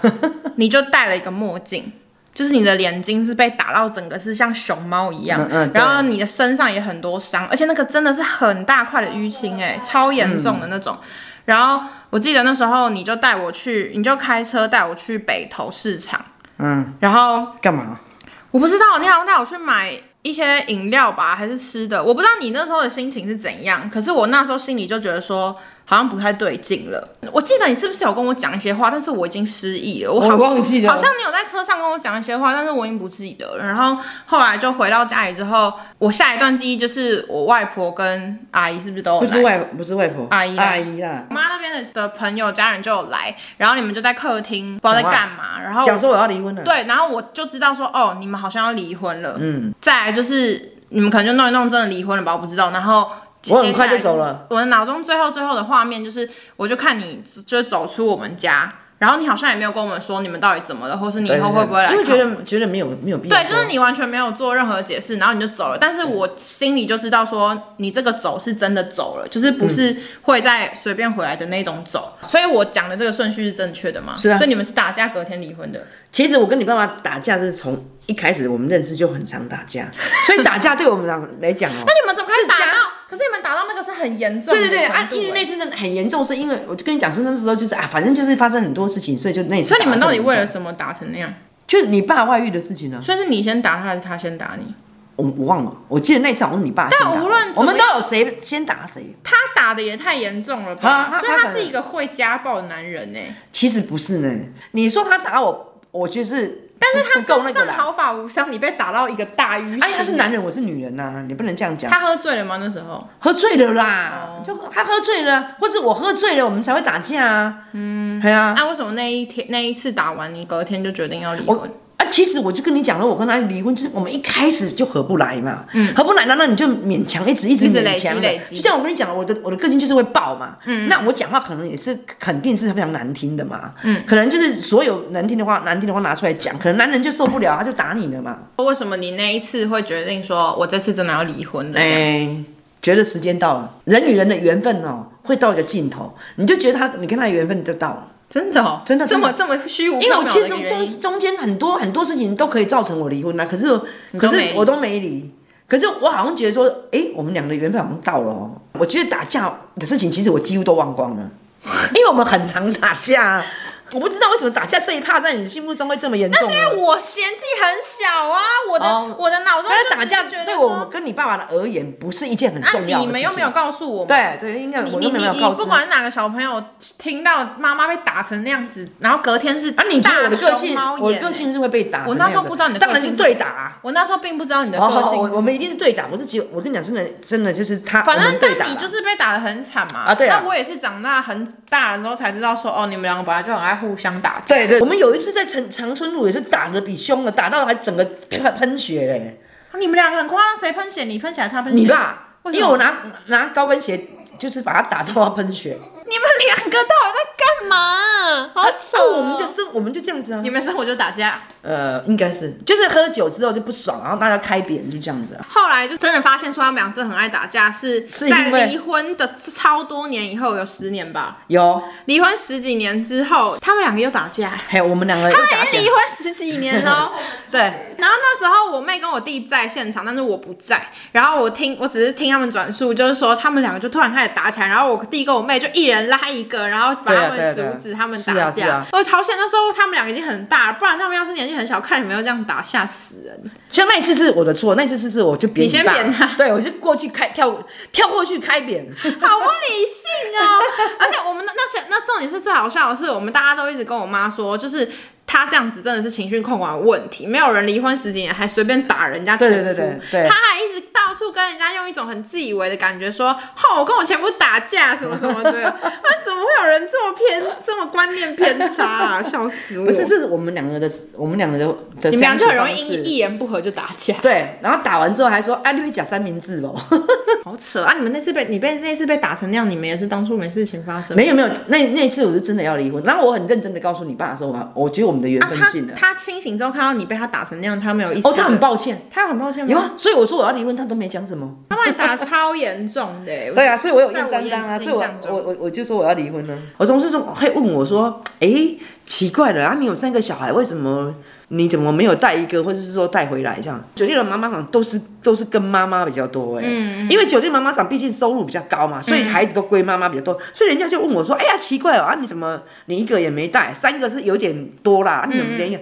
[SPEAKER 1] 你就戴了一个墨镜。就是你的眼睛是被打到整个是像熊猫一样，
[SPEAKER 2] 嗯嗯对
[SPEAKER 1] 然后你的身上也很多伤，而且那个真的是很大块的淤青、哎，超严重的那种。然后我记得那时候你就带我去，你就开车带我去北投市场，
[SPEAKER 2] 嗯，
[SPEAKER 1] 然后
[SPEAKER 2] 干嘛？
[SPEAKER 1] 我不知道，你好像带我去买一些饮料吧，还是吃的？我不知道你那时候的心情是怎样，可是我那时候心里就觉得说，好像不太对劲了。我记得你是不是有跟我讲一些话，但是我已经失忆了，我好
[SPEAKER 2] 我忘记了
[SPEAKER 1] 好像你有在车上跟我讲一些话，但是我已经不记得了。然后后来就回到家里之后，我下一段记忆就是我外婆跟阿姨是不是都有
[SPEAKER 2] 不
[SPEAKER 1] 来？
[SPEAKER 2] 是外哦不是外婆啊
[SPEAKER 1] 阿姨啦
[SPEAKER 2] 阿姨啦，
[SPEAKER 1] 我妈那边的的朋友家人就有来，然后你们就在客厅不知道在干嘛，然后
[SPEAKER 2] 讲说我要离婚了，
[SPEAKER 1] 对，然后我就知道说，哦，你们好像要离婚了。嗯，再来就是你们可能就弄一弄，真的离婚了吧？我不知道。然后接
[SPEAKER 2] 我很快
[SPEAKER 1] 接下来
[SPEAKER 2] 就走了。
[SPEAKER 1] 我的脑中最后最后的画面就是，我就看你就走出我们家，然后你好像也没有跟我们说你们到底怎么了，或是你
[SPEAKER 2] 对，
[SPEAKER 1] 以后会不会来
[SPEAKER 2] 因为
[SPEAKER 1] 看
[SPEAKER 2] 觉
[SPEAKER 1] 我们
[SPEAKER 2] 得觉得没有没有必要
[SPEAKER 1] 对，
[SPEAKER 2] 说，
[SPEAKER 1] 就是你完全没有做任何解释，然后你就走了。但是我心里就知道说，你这个走是真的走了，就是不是
[SPEAKER 2] 嗯
[SPEAKER 1] 会再随便回来的那种走。所以我讲的这个顺序是正确的吗？
[SPEAKER 2] 是啊
[SPEAKER 1] 所以你们是打架隔天离婚的。
[SPEAKER 2] 哦其实我跟你爸爸打架是从一开始我们认识就很常打 架，所以打架对我们来来讲哦，
[SPEAKER 1] 那你们怎么可以
[SPEAKER 2] 是
[SPEAKER 1] 打
[SPEAKER 2] 家
[SPEAKER 1] 到？可是你们打到那个是很严重的
[SPEAKER 2] 对对对
[SPEAKER 1] 程
[SPEAKER 2] 啊，
[SPEAKER 1] 度
[SPEAKER 2] 因为
[SPEAKER 1] 欸
[SPEAKER 2] 那次真的很严重，是因为我就跟你讲说那时候就是啊，反正就是发生很多事情，所以就那次
[SPEAKER 1] 所
[SPEAKER 2] 打
[SPEAKER 1] 以你
[SPEAKER 2] 得很严重。
[SPEAKER 1] 们到底为了什么打成那样？
[SPEAKER 2] 就是你爸外遇的事情呢、
[SPEAKER 1] 所以是你先打他，还是他先打你？
[SPEAKER 2] 我我忘了，我记得那次好像你爸先打我。
[SPEAKER 1] 但无论怎么
[SPEAKER 2] 我们都有谁先打谁，
[SPEAKER 1] 他打的也太严重了吧
[SPEAKER 2] 啊？他
[SPEAKER 1] 所以他
[SPEAKER 2] 他
[SPEAKER 1] 是一个会家暴的男人欸呢、
[SPEAKER 2] 其实不是呢。你说他打我，我觉得是，但是
[SPEAKER 1] 他
[SPEAKER 2] 不够那
[SPEAKER 1] 身
[SPEAKER 2] 个
[SPEAKER 1] 上
[SPEAKER 2] 啦。
[SPEAKER 1] 毫发无伤，你被打到一个大淤青。
[SPEAKER 2] 哎，他是男人，我是女人呐、你不能这样讲。
[SPEAKER 1] 他喝醉了吗？那时候？
[SPEAKER 2] 喝醉了啦，就他喝醉了，或者我喝醉了，我们才会打架啊。嗯，对啊。
[SPEAKER 1] 那、为什么那一天那一次打完，你隔天就决定要离
[SPEAKER 2] 我
[SPEAKER 1] 婚？
[SPEAKER 2] 啊，其实我就跟你讲了，我跟他离婚，就是我们一开始就合不来嘛，嗯，合不来，那那你就勉强一直一直
[SPEAKER 1] 一直累
[SPEAKER 2] 勉
[SPEAKER 1] 积
[SPEAKER 2] 强的
[SPEAKER 1] 累积
[SPEAKER 2] 就像我跟你讲了，我的我的个性就是会爆嘛，嗯，那我讲话可能也是肯定是非常难听的嘛，嗯，可能就是所有难听的话，难听的话拿出来讲，可能男人就受不了，他就打你了嘛，
[SPEAKER 1] 为什么你那一次会决定说，我这次真的要离婚了？
[SPEAKER 2] 哎、
[SPEAKER 1] 这样
[SPEAKER 2] 觉得时间到了，人与人的缘分哦，会到一个尽头，你就觉得他，你跟他的缘分就到了。
[SPEAKER 1] 真的哦，
[SPEAKER 2] 真的
[SPEAKER 1] 这
[SPEAKER 2] 真
[SPEAKER 1] 么
[SPEAKER 2] 的
[SPEAKER 1] 这么虚无
[SPEAKER 2] 因为我
[SPEAKER 1] 缥缈
[SPEAKER 2] 其
[SPEAKER 1] 的
[SPEAKER 2] 实
[SPEAKER 1] 一个
[SPEAKER 2] 中
[SPEAKER 1] 原因
[SPEAKER 2] 中中间很多很多事情都可以造成我离婚啊啦、可是我
[SPEAKER 1] 你
[SPEAKER 2] 可
[SPEAKER 1] 都没离
[SPEAKER 2] 是我都没离，可是我好像觉得说，哎、我们两个缘分好像到了哦。我觉得打架的事情，其实我几乎都忘 光了，因为我们很常打架啊。我不知道为什么打架这一趴在你心目中会这么严重、啊。
[SPEAKER 1] 因为我嫌弃很小啊，我的、
[SPEAKER 2] 哦
[SPEAKER 1] 我的脑中
[SPEAKER 2] 但是
[SPEAKER 1] 就
[SPEAKER 2] 打
[SPEAKER 1] 只是
[SPEAKER 2] 架
[SPEAKER 1] 觉
[SPEAKER 2] 对
[SPEAKER 1] 得
[SPEAKER 2] 我们
[SPEAKER 1] 说，
[SPEAKER 2] 跟你爸爸的而言，不是一件很
[SPEAKER 1] 啊，
[SPEAKER 2] 重要的
[SPEAKER 1] 你
[SPEAKER 2] 事
[SPEAKER 1] 们
[SPEAKER 2] 情。
[SPEAKER 1] 又没有告诉我们，
[SPEAKER 2] 对对，应该
[SPEAKER 1] 你
[SPEAKER 2] 我
[SPEAKER 1] 你
[SPEAKER 2] 都没
[SPEAKER 1] 你
[SPEAKER 2] 有
[SPEAKER 1] 你
[SPEAKER 2] 告知。
[SPEAKER 1] 不管哪个小朋友听到妈妈被打成那样子，然后隔天是
[SPEAKER 2] 啊，你觉得我的个
[SPEAKER 1] 大熊
[SPEAKER 2] 性，
[SPEAKER 1] 猫
[SPEAKER 2] 我的
[SPEAKER 1] 眼
[SPEAKER 2] 个性是会被打的
[SPEAKER 1] 我
[SPEAKER 2] 那样
[SPEAKER 1] 那
[SPEAKER 2] 子。
[SPEAKER 1] 时候不知道你的
[SPEAKER 2] 当然
[SPEAKER 1] 个
[SPEAKER 2] 是
[SPEAKER 1] 性
[SPEAKER 2] 对打、啊。
[SPEAKER 1] 我那时候并不知道你的个性
[SPEAKER 2] 哦，
[SPEAKER 1] 是
[SPEAKER 2] 我我们一定是对打，不是只有我跟你讲，真的真的就是他，
[SPEAKER 1] 反
[SPEAKER 2] 我
[SPEAKER 1] 正
[SPEAKER 2] 们对打
[SPEAKER 1] 但
[SPEAKER 2] 啦
[SPEAKER 1] 你就是被打的很惨嘛
[SPEAKER 2] 啊对啊
[SPEAKER 1] 但我也是长大很大的时候才知道说，哦，你们两个本来就很爱互相打架。
[SPEAKER 2] 对对，我们有一次在长长春路也是打的比凶了，打到还整个喷喷血嘞，
[SPEAKER 1] 啊你们两个很夸张，谁喷血你喷起来，他喷血。
[SPEAKER 2] 你爸，
[SPEAKER 1] 为
[SPEAKER 2] 因
[SPEAKER 1] 什么
[SPEAKER 2] 为我拿拿高跟鞋就是把他打到他喷血，
[SPEAKER 1] 你们两个到底在干嘛？好丑
[SPEAKER 2] 那
[SPEAKER 1] 哦、
[SPEAKER 2] 啊我们的生我们就这样子啊
[SPEAKER 1] 你，们生活就打架。
[SPEAKER 2] 呃，应该是就是喝酒之后就不爽，然后大家开扁就这样子啊，
[SPEAKER 1] 后来就真的发现说他们俩真的很爱打架，是
[SPEAKER 2] 是因为
[SPEAKER 1] 在离婚的超多年以后，有十年吧，
[SPEAKER 2] 有，
[SPEAKER 1] 离婚十几年之后，他们两个又打架，
[SPEAKER 2] 还有我们两个又打
[SPEAKER 1] 已
[SPEAKER 2] 起
[SPEAKER 1] 经
[SPEAKER 2] 来
[SPEAKER 1] 离，婚十几年喽。
[SPEAKER 2] 哦对，
[SPEAKER 1] 然后那时候我妹跟我弟在现场，但是我不在。然后我听，我只是听他们转述，就是说他们两个就突然开始打起来，然后我弟跟我妹就一人拉一个，然后把
[SPEAKER 2] 对啊
[SPEAKER 1] 他
[SPEAKER 2] 对啊
[SPEAKER 1] 们阻
[SPEAKER 2] 对啊
[SPEAKER 1] 止他们
[SPEAKER 2] 是
[SPEAKER 1] 打
[SPEAKER 2] 啊是
[SPEAKER 1] 架
[SPEAKER 2] 啊。
[SPEAKER 1] 我朝鲜那时候他们两个已经很大了，不然他们要是年纪很小，看你们又这样打，吓死人。
[SPEAKER 2] 像那一次是我的错，那一次是是我就扁
[SPEAKER 1] 你先
[SPEAKER 2] 爸
[SPEAKER 1] 扁他
[SPEAKER 2] 对我就过去开跳跳过去开扁，
[SPEAKER 1] 好不理性哦！ 而且我们那那些那重点是最好笑的是，我们大家都一直跟我妈说，就是她这样子真的是情绪控管问题，没有人离婚十几年还随便打人家前夫，
[SPEAKER 2] 对对对对对
[SPEAKER 1] 她还一直到处跟人家用一种很自以为的感觉说，哦，我跟我前夫打架什么什么的，啊，怎么会有人这么偏，这么观念偏差 啊？笑死我！
[SPEAKER 2] 不是，这是我们两个的，我们两个的的
[SPEAKER 1] 你们俩就很容
[SPEAKER 2] 相
[SPEAKER 1] 易
[SPEAKER 2] 处
[SPEAKER 1] 因
[SPEAKER 2] 方式
[SPEAKER 1] 一言不合就打架，
[SPEAKER 2] 对，然后打完之后还说，哎、啊，你会讲三明治不？
[SPEAKER 1] 好扯啊！你们那次被你被那次被打成那样，你们也是当初没事情发生吗。
[SPEAKER 2] 没有没有，那那一次我是真的要离婚，然后我很认真的告诉你爸说，我我觉得我们的缘
[SPEAKER 1] 啊，
[SPEAKER 2] 分
[SPEAKER 1] 他
[SPEAKER 2] 尽了。
[SPEAKER 1] 他清醒之后看到你被他打成那样，他没有意思。
[SPEAKER 2] 哦，他很，抱歉，
[SPEAKER 1] 他很抱歉
[SPEAKER 2] 有
[SPEAKER 1] 吗？
[SPEAKER 2] 啊，所以我说我要离婚，他都没讲什么。
[SPEAKER 1] 他把你打得超严重的、欸，
[SPEAKER 2] 对啊，所以我有
[SPEAKER 1] 在
[SPEAKER 2] 验
[SPEAKER 1] 我
[SPEAKER 2] 三
[SPEAKER 1] 印
[SPEAKER 2] 张啊，
[SPEAKER 1] 印
[SPEAKER 2] 所以我
[SPEAKER 1] 象中
[SPEAKER 2] 我我我就说我要离婚了。我同事说会问我说，哎、奇怪了，啊，你有三个小孩，为什么你怎么没有带一个，或者是说带回来这样？酒店的妈妈长都是都是跟妈妈比较多哎、
[SPEAKER 1] 嗯
[SPEAKER 2] 因为酒店妈妈长毕竟收入比较高嘛，所以孩子都归妈妈比较多，所以人家就问我说，哎呀，奇怪哦，啊，你怎么你一个也没带，三个是有点多啦，啊你怎
[SPEAKER 1] 嗯
[SPEAKER 2] 么连一个？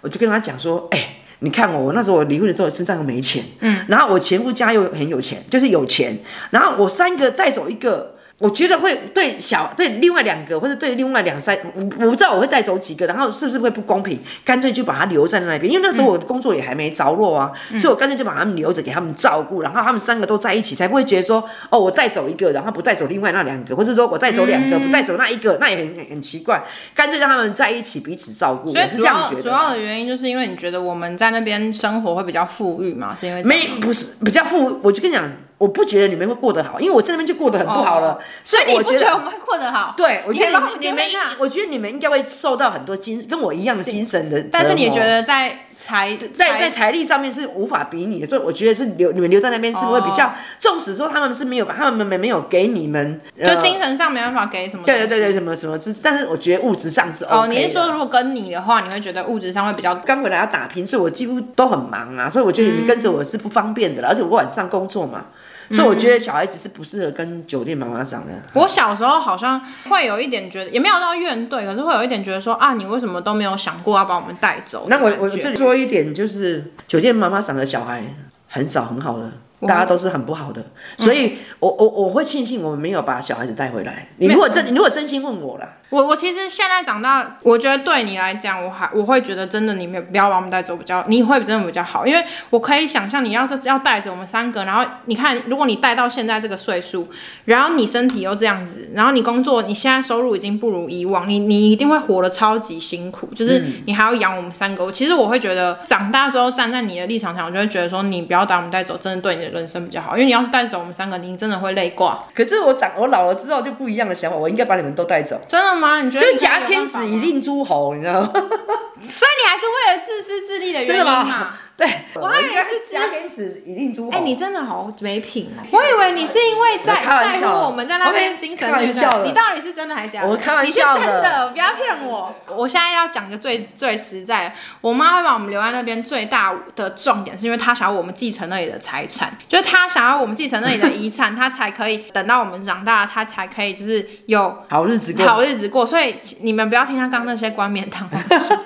[SPEAKER 2] 我就跟他讲说，哎、你看我，我那时候我离婚的时候身上又没钱，嗯，然后我前夫家又很有钱，就是有钱，然后我三个带走一个，我觉得会对小对另外两个或者对另外两三，我我不知道我会带走几个，然后是不是会不公平？干脆就把他留在那边，因为那时候我的工作也还没着落啊，
[SPEAKER 1] 嗯
[SPEAKER 2] 所以我干脆就把他们留着给他们照顾，然后他们三个都在一起，才不会觉得说哦，我带走一个，然后不带走另外那两个，或者说我带走两
[SPEAKER 1] 嗯
[SPEAKER 2] 个、不带走那一个，那也很很很奇怪，干脆让他们在一起彼此照顾，我
[SPEAKER 1] 所以
[SPEAKER 2] 是
[SPEAKER 1] 主
[SPEAKER 2] 这样
[SPEAKER 1] 要
[SPEAKER 2] 觉得。
[SPEAKER 1] 主要的原因就是因为你觉得我们在那边生活会比较富裕嘛，是因为这样
[SPEAKER 2] 没不是比较富，我就跟你讲，我不觉得你们会过得好，因为我在那边就过得很不好了，
[SPEAKER 1] 哦
[SPEAKER 2] 所
[SPEAKER 1] 你
[SPEAKER 2] 我
[SPEAKER 1] 不
[SPEAKER 2] 觉
[SPEAKER 1] 觉得
[SPEAKER 2] 得。
[SPEAKER 1] 我们会过得好？
[SPEAKER 2] 对，我觉得
[SPEAKER 1] 你
[SPEAKER 2] 你们你们应，我觉得你们应该会受到很多精跟我一样的精神的折磨，
[SPEAKER 1] 但是你觉得在财
[SPEAKER 2] 在在财力上面是无法比拟的，所以我觉得是留你们留在那边是会比
[SPEAKER 1] 哦
[SPEAKER 2] 较，纵使说他们是没有把他们没有给你们，呃
[SPEAKER 1] 就精神上没办法给什么？
[SPEAKER 2] 对对对对。什么什么支持，但是我觉得物质上是 OK
[SPEAKER 1] 哦，你是
[SPEAKER 2] 的
[SPEAKER 1] 说如果跟你的话，你会觉得物质上会比较
[SPEAKER 2] 刚回来要打拼，所以我几乎都很忙啊，所以我觉得你们跟着我是不方便
[SPEAKER 1] 嗯
[SPEAKER 2] 的啦，而且我晚上工作嘛，所以我觉得小孩子是不适合跟酒店妈妈上的。
[SPEAKER 1] 我小时候好像会有一点觉得，也没有到怨怼，可是会有一点觉得说啊，你为什么都没有想过要把我们带走？
[SPEAKER 2] 那我
[SPEAKER 1] 的
[SPEAKER 2] 我
[SPEAKER 1] 感觉
[SPEAKER 2] 这里说一点，就是酒店妈妈赏的小孩很少很好的，大家都是很不好的，
[SPEAKER 1] 嗯
[SPEAKER 2] 所以我我我会庆幸我们没有把小孩子带回来。你如果真你如果真心问我啦，
[SPEAKER 1] 我我其实现在长大，我觉得对你来讲，我还我会觉得真的你没有不要把我们带走比较，你会真的比较好，因为我可以想象你要是要带着我们三个，然后你看，如果你带到现在这个岁数，然后你身体又这样子，然后你工作，你现在收入已经不如以往，你你一定会活得超级辛苦，就是
[SPEAKER 2] 嗯
[SPEAKER 1] 你还要养我们三个。我其实我会觉得长大之后站在你的立场上，我就会觉得说你不要把我们带走，真的对你的人生比较好，因为你要是带走我们三个，你真的会累挂。
[SPEAKER 2] 可是我长我老了之后就不一样的想法，我应该把你们都带走，
[SPEAKER 1] 真的吗？你觉
[SPEAKER 2] 就
[SPEAKER 1] 得
[SPEAKER 2] 是
[SPEAKER 1] 你会有
[SPEAKER 2] 挟天
[SPEAKER 1] 办法吗
[SPEAKER 2] 子以令诸侯，你知道吗？
[SPEAKER 1] 所以你还是为了自私自利的原
[SPEAKER 2] 真
[SPEAKER 1] 因
[SPEAKER 2] 的
[SPEAKER 1] 嘛
[SPEAKER 2] 吗？？ 对，
[SPEAKER 1] 我还以为
[SPEAKER 2] 应该
[SPEAKER 1] 是知
[SPEAKER 2] 挟天子以令诸侯。
[SPEAKER 1] 哎、你真的好没品哦！我以为你是因为在
[SPEAKER 2] 我开玩
[SPEAKER 1] 在
[SPEAKER 2] 笑的
[SPEAKER 1] 乎我们在那边精神
[SPEAKER 2] 我没
[SPEAKER 1] 虐
[SPEAKER 2] 开玩笑
[SPEAKER 1] 待，
[SPEAKER 2] 的
[SPEAKER 1] 你到底是真的还是假的？
[SPEAKER 2] 我开玩笑
[SPEAKER 1] 你
[SPEAKER 2] 的
[SPEAKER 1] 是真的，不要骗我。我现在要讲个最最实在的，我妈会把我们留在那边最大的重点是因为她想要我们继承那里的财产，就是她想要我们继承那里的遗产，她才可以等到我们长大，她才可以就是有
[SPEAKER 2] 好日子过，
[SPEAKER 1] 好日子过。所以你们不要听他刚刚那些冠冕堂皇的说。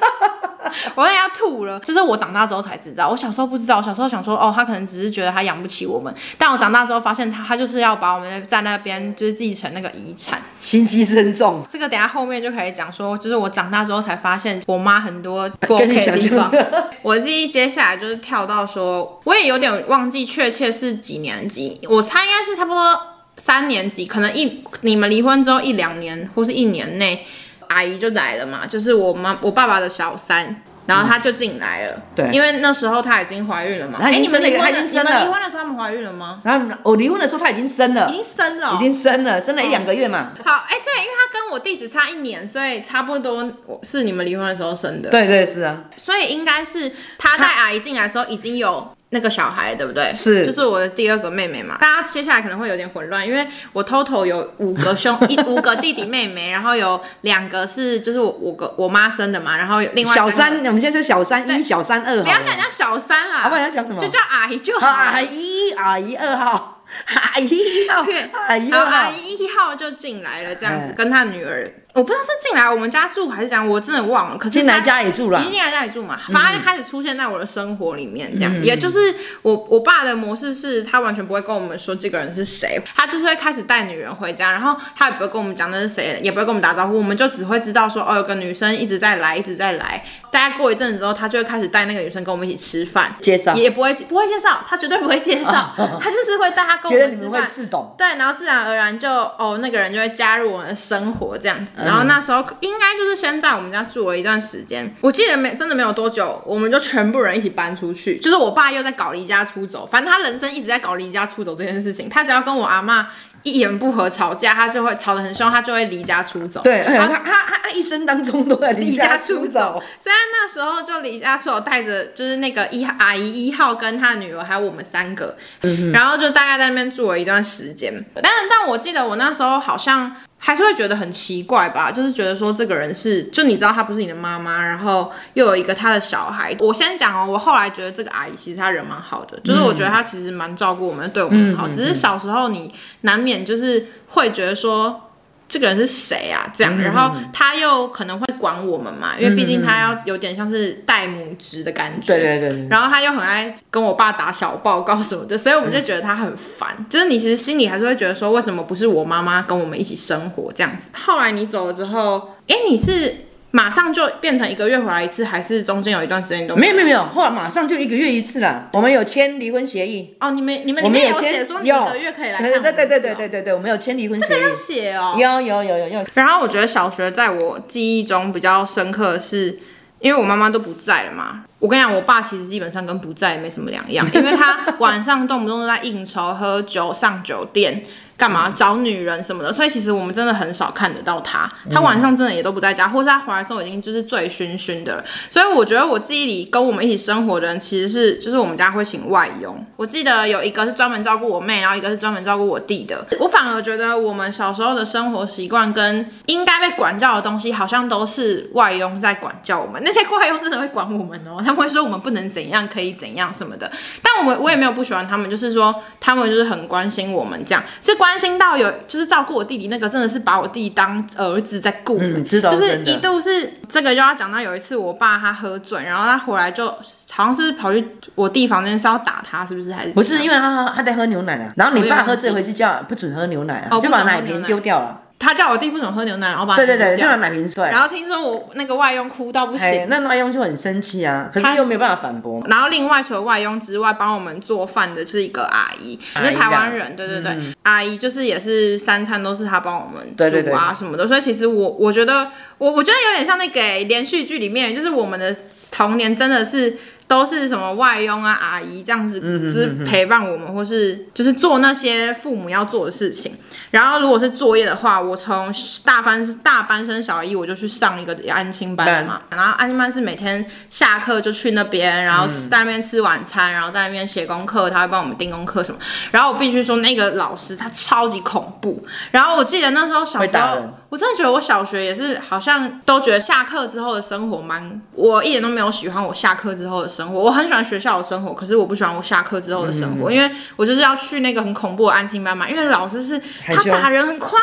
[SPEAKER 1] 我也要吐了，就是我长大之后才知道，我小时候不知道，我小时候想说，哦，他可能只是觉得他养不起我们，但我长大之后发现他，他就是要把我们在那边就是继承那个遗产，
[SPEAKER 2] 心机深重，
[SPEAKER 1] 这个等一下后面就可以讲说，就是我长大之后才发现我妈很多不
[SPEAKER 2] 呃跟
[SPEAKER 1] OK
[SPEAKER 2] 你
[SPEAKER 1] 的
[SPEAKER 2] 想
[SPEAKER 1] 地
[SPEAKER 2] 象
[SPEAKER 1] 方。
[SPEAKER 2] 的。
[SPEAKER 1] 我自己接下来就是跳到说，我也有点忘记确切是几年级，我猜应该是差不多三年级，可能一你们离婚之后一两年或是一年内，阿姨就来了嘛，就是我妈我爸爸的小三。然后她就进来了，
[SPEAKER 2] 对
[SPEAKER 1] 因为那时候她已经怀孕了嘛。
[SPEAKER 2] 她
[SPEAKER 1] 哎，
[SPEAKER 2] 已经
[SPEAKER 1] 你们
[SPEAKER 2] 生了
[SPEAKER 1] 离婚
[SPEAKER 2] 她已
[SPEAKER 1] 的，
[SPEAKER 2] 经
[SPEAKER 1] 你
[SPEAKER 2] 生
[SPEAKER 1] 们离
[SPEAKER 2] 了
[SPEAKER 1] 婚的时候他们怀孕了吗？
[SPEAKER 2] 然后我离婚的时候他已经生了
[SPEAKER 1] 已，经生了哦，
[SPEAKER 2] 已经生了，生了一两个月嘛。
[SPEAKER 1] 好哎，对，因为她跟我弟只差一年，所以差不多我是你们离婚的时候生的。
[SPEAKER 2] 对对是啊，
[SPEAKER 1] 所以应该是他带阿姨进来的时候已经有那个小孩，对不对？
[SPEAKER 2] 是
[SPEAKER 1] 就是我的第二个妹妹嘛。大家接下来可能会有点混乱，因为我 total 有五个兄一五个弟弟妹妹，然后有两个是就是我我个我妈生的嘛，然后有另外
[SPEAKER 2] 小
[SPEAKER 1] 三个，
[SPEAKER 2] 三，我们现在就小三一、小三二
[SPEAKER 1] 不要讲人
[SPEAKER 2] 好
[SPEAKER 1] 家小三啦，
[SPEAKER 2] 好不然要讲什么
[SPEAKER 1] 就叫阿姨就
[SPEAKER 2] 了。
[SPEAKER 1] 好。
[SPEAKER 2] 阿姨，阿姨二号，阿姨一号
[SPEAKER 1] 对，
[SPEAKER 2] 阿姨
[SPEAKER 1] 然
[SPEAKER 2] 二
[SPEAKER 1] 后阿
[SPEAKER 2] 号，
[SPEAKER 1] 姨一号就进来了，这样子
[SPEAKER 2] 哎
[SPEAKER 1] 跟她女儿我不知道是进来我们家住还是怎样，我真的忘了。可是
[SPEAKER 2] 进来
[SPEAKER 1] 他
[SPEAKER 2] 家里嗯住了
[SPEAKER 1] 一，定来家里住嘛，反正开始出现在我的生活里面，这样，
[SPEAKER 2] 嗯
[SPEAKER 1] 也就是我我爸的模式是他完全不会跟我们说这个人是谁，他就是会开始带女人回家，然后他也不会跟我们讲那是谁，也不会跟我们打招呼，我们就只会知道说哦有个女生一直在来，一直在来。大概过一阵子之后，他就会开始带那个女生跟我们一起吃饭，
[SPEAKER 2] 介绍
[SPEAKER 1] 也不会不会介绍， 他绝对不会介绍，他就是会带他跟我
[SPEAKER 2] 觉得
[SPEAKER 1] 们
[SPEAKER 2] 你
[SPEAKER 1] 吃
[SPEAKER 2] 们会
[SPEAKER 1] 饭。
[SPEAKER 2] 自懂。
[SPEAKER 1] 对，然后自然而然就哦，那个人就会加入我们的生活这样子。然
[SPEAKER 2] 嗯
[SPEAKER 1] 后那时候应该就是先在我们家住了一段时间，我记得没真的没有多久，我们就全部人一起搬出去。就是我爸又在搞离家出走，反正他人生一直在搞离家出走这件事情。他只要跟我阿妈一言不合吵架，他就会吵得很凶，他就会离家出走。
[SPEAKER 2] 对，哎
[SPEAKER 1] 然
[SPEAKER 2] 呀
[SPEAKER 1] 后
[SPEAKER 2] 他他他他一生当中都在离
[SPEAKER 1] 啊离家
[SPEAKER 2] 家
[SPEAKER 1] 出
[SPEAKER 2] 出
[SPEAKER 1] 走
[SPEAKER 2] 走，，
[SPEAKER 1] 所以他那时候就离家出走，带着就是那个一阿姨一号跟他女儿还有我们三个，
[SPEAKER 2] 嗯
[SPEAKER 1] 然后就大概在那边住了一段时间。但但我记得我那时候好像还是会觉得很奇怪吧，就是觉得说这个人是，就你知道她不是你的妈妈，然后又有一个她的小孩。我先讲哦，我后来觉得这个阿姨其实她人蛮好的，就是我觉得她其实蛮照顾我们，对我们很
[SPEAKER 2] 嗯
[SPEAKER 1] 好。只是小时候你难免就是会觉得说。这个人是谁啊？这
[SPEAKER 2] 嗯
[SPEAKER 1] 样，然后他又可能会管我们嘛，因为毕竟他要有点像是带母职的感觉。
[SPEAKER 2] 对对对对
[SPEAKER 1] 然后他又很爱跟我爸打小报告什么的，所以我们就觉得他很烦。
[SPEAKER 2] 嗯
[SPEAKER 1] 就是你其实心里还是会觉得说，为什么不是我妈妈跟我们一起生活这样子？后来你走了之后，哎，你是马上就变成一个月回来一次，还是中间有一段时间你都
[SPEAKER 2] 没有没有没有，后来马上就一个月一次啦。我们有签离婚协议，
[SPEAKER 1] 哦，你们你们
[SPEAKER 2] 我
[SPEAKER 1] 里
[SPEAKER 2] 们
[SPEAKER 1] 面
[SPEAKER 2] 有签
[SPEAKER 1] 写说你一个月可以来看
[SPEAKER 2] 对
[SPEAKER 1] 我
[SPEAKER 2] 对
[SPEAKER 1] 们
[SPEAKER 2] 对对对
[SPEAKER 1] 是
[SPEAKER 2] 对
[SPEAKER 1] 哦，
[SPEAKER 2] 对对，我们有签离婚协
[SPEAKER 1] 这要
[SPEAKER 2] 议，
[SPEAKER 1] 写哦。
[SPEAKER 2] 有有有有有，
[SPEAKER 1] 然后我觉得小学在我记忆中比较深刻的是，因为我妈妈都不在了嘛。我跟你讲，我爸其实基本上跟不在也没什么两样，因为他晚上动不动都在应酬、喝酒、上酒店、干嘛找女人什么的，所以其实我们真的很少看得到他。他晚上真的也都不在家，或是他回来的时候已经就是醉醺醺的了。所以我觉得我记忆里跟我们一起生活的人，其实是就是我们家会请外佣。我记得有一个是专门照顾我妹，然后一个是专门照顾我弟的。我反而觉得我们小时候的生活习惯跟应该被管教的东西，好像都是外佣在管教我们。那些外佣真的会管我们哦，他 们会说我们不能怎样，可以怎样什么的。但我们我也没有不喜欢他们，就是说他们就是很关心我们，这样是关心到有就是照顾我弟弟那个，真的是把我弟弟当儿子在顾。
[SPEAKER 2] 嗯知道
[SPEAKER 1] 就是
[SPEAKER 2] 真的
[SPEAKER 1] 一度是这个，就要讲到有一次我爸他喝醉，然后他回来就好像是跑去我弟房间是要打他，是不是？还是
[SPEAKER 2] 不是
[SPEAKER 1] 怎样
[SPEAKER 2] 因为他他在喝牛奶啊，然后你
[SPEAKER 1] 啊我也
[SPEAKER 2] 爸
[SPEAKER 1] 忘
[SPEAKER 2] 喝醉
[SPEAKER 1] 记
[SPEAKER 2] 回去叫不准喝牛奶
[SPEAKER 1] 哦
[SPEAKER 2] 啊，就
[SPEAKER 1] 不
[SPEAKER 2] 把
[SPEAKER 1] 准喝
[SPEAKER 2] 奶
[SPEAKER 1] 牛
[SPEAKER 2] 瓶
[SPEAKER 1] 奶
[SPEAKER 2] 丢掉了。
[SPEAKER 1] 他叫我弟不准喝牛奶，然后把
[SPEAKER 2] 对对
[SPEAKER 1] 丢
[SPEAKER 2] 对，就
[SPEAKER 1] 掉
[SPEAKER 2] 把奶瓶对。
[SPEAKER 1] 然后听说我那个外佣哭到不
[SPEAKER 2] 哎
[SPEAKER 1] 行，，
[SPEAKER 2] 那那用就很生气啊，可是又没有办法反驳嘛。
[SPEAKER 1] 然后另外除了外佣之外，帮我们做饭的是一个阿姨，
[SPEAKER 2] 阿姨啊嗯
[SPEAKER 1] 是台湾人，对对对，阿姨就是也是三餐都是她帮我们
[SPEAKER 2] 对对
[SPEAKER 1] 煮啊什么的，所以其实我我觉得我我觉得有点像那个欸连续剧里面，就是我们的童年真的是。都是什么外佣啊、阿姨这样
[SPEAKER 2] 嗯
[SPEAKER 1] 子，只陪伴我们，或是就是做那些父母要做的事情。然后如果是作业的话，我从大班大班升小一，我就去上一个安亲班了嘛。然后安亲班是每天下课就去那边，然后
[SPEAKER 2] 嗯
[SPEAKER 1] 在那边吃晚餐，然后在那边写功课，他会帮我们订功课什么。然后我必须说，那个老师他超级恐怖。然后我记得那时候小
[SPEAKER 2] 会
[SPEAKER 1] 时
[SPEAKER 2] 打
[SPEAKER 1] 候
[SPEAKER 2] 人，
[SPEAKER 1] 我真的觉得我小学也是，好像都觉得下课之后的生活蛮，我一点都没有喜欢我下课之后的生活。我很喜欢学校的生活，可是我不喜欢我下课之后的生活，因为我就是要去那个很恐怖的安亲班嘛。因为老师是
[SPEAKER 2] 很
[SPEAKER 1] 他
[SPEAKER 2] 凶
[SPEAKER 1] 打人很夸张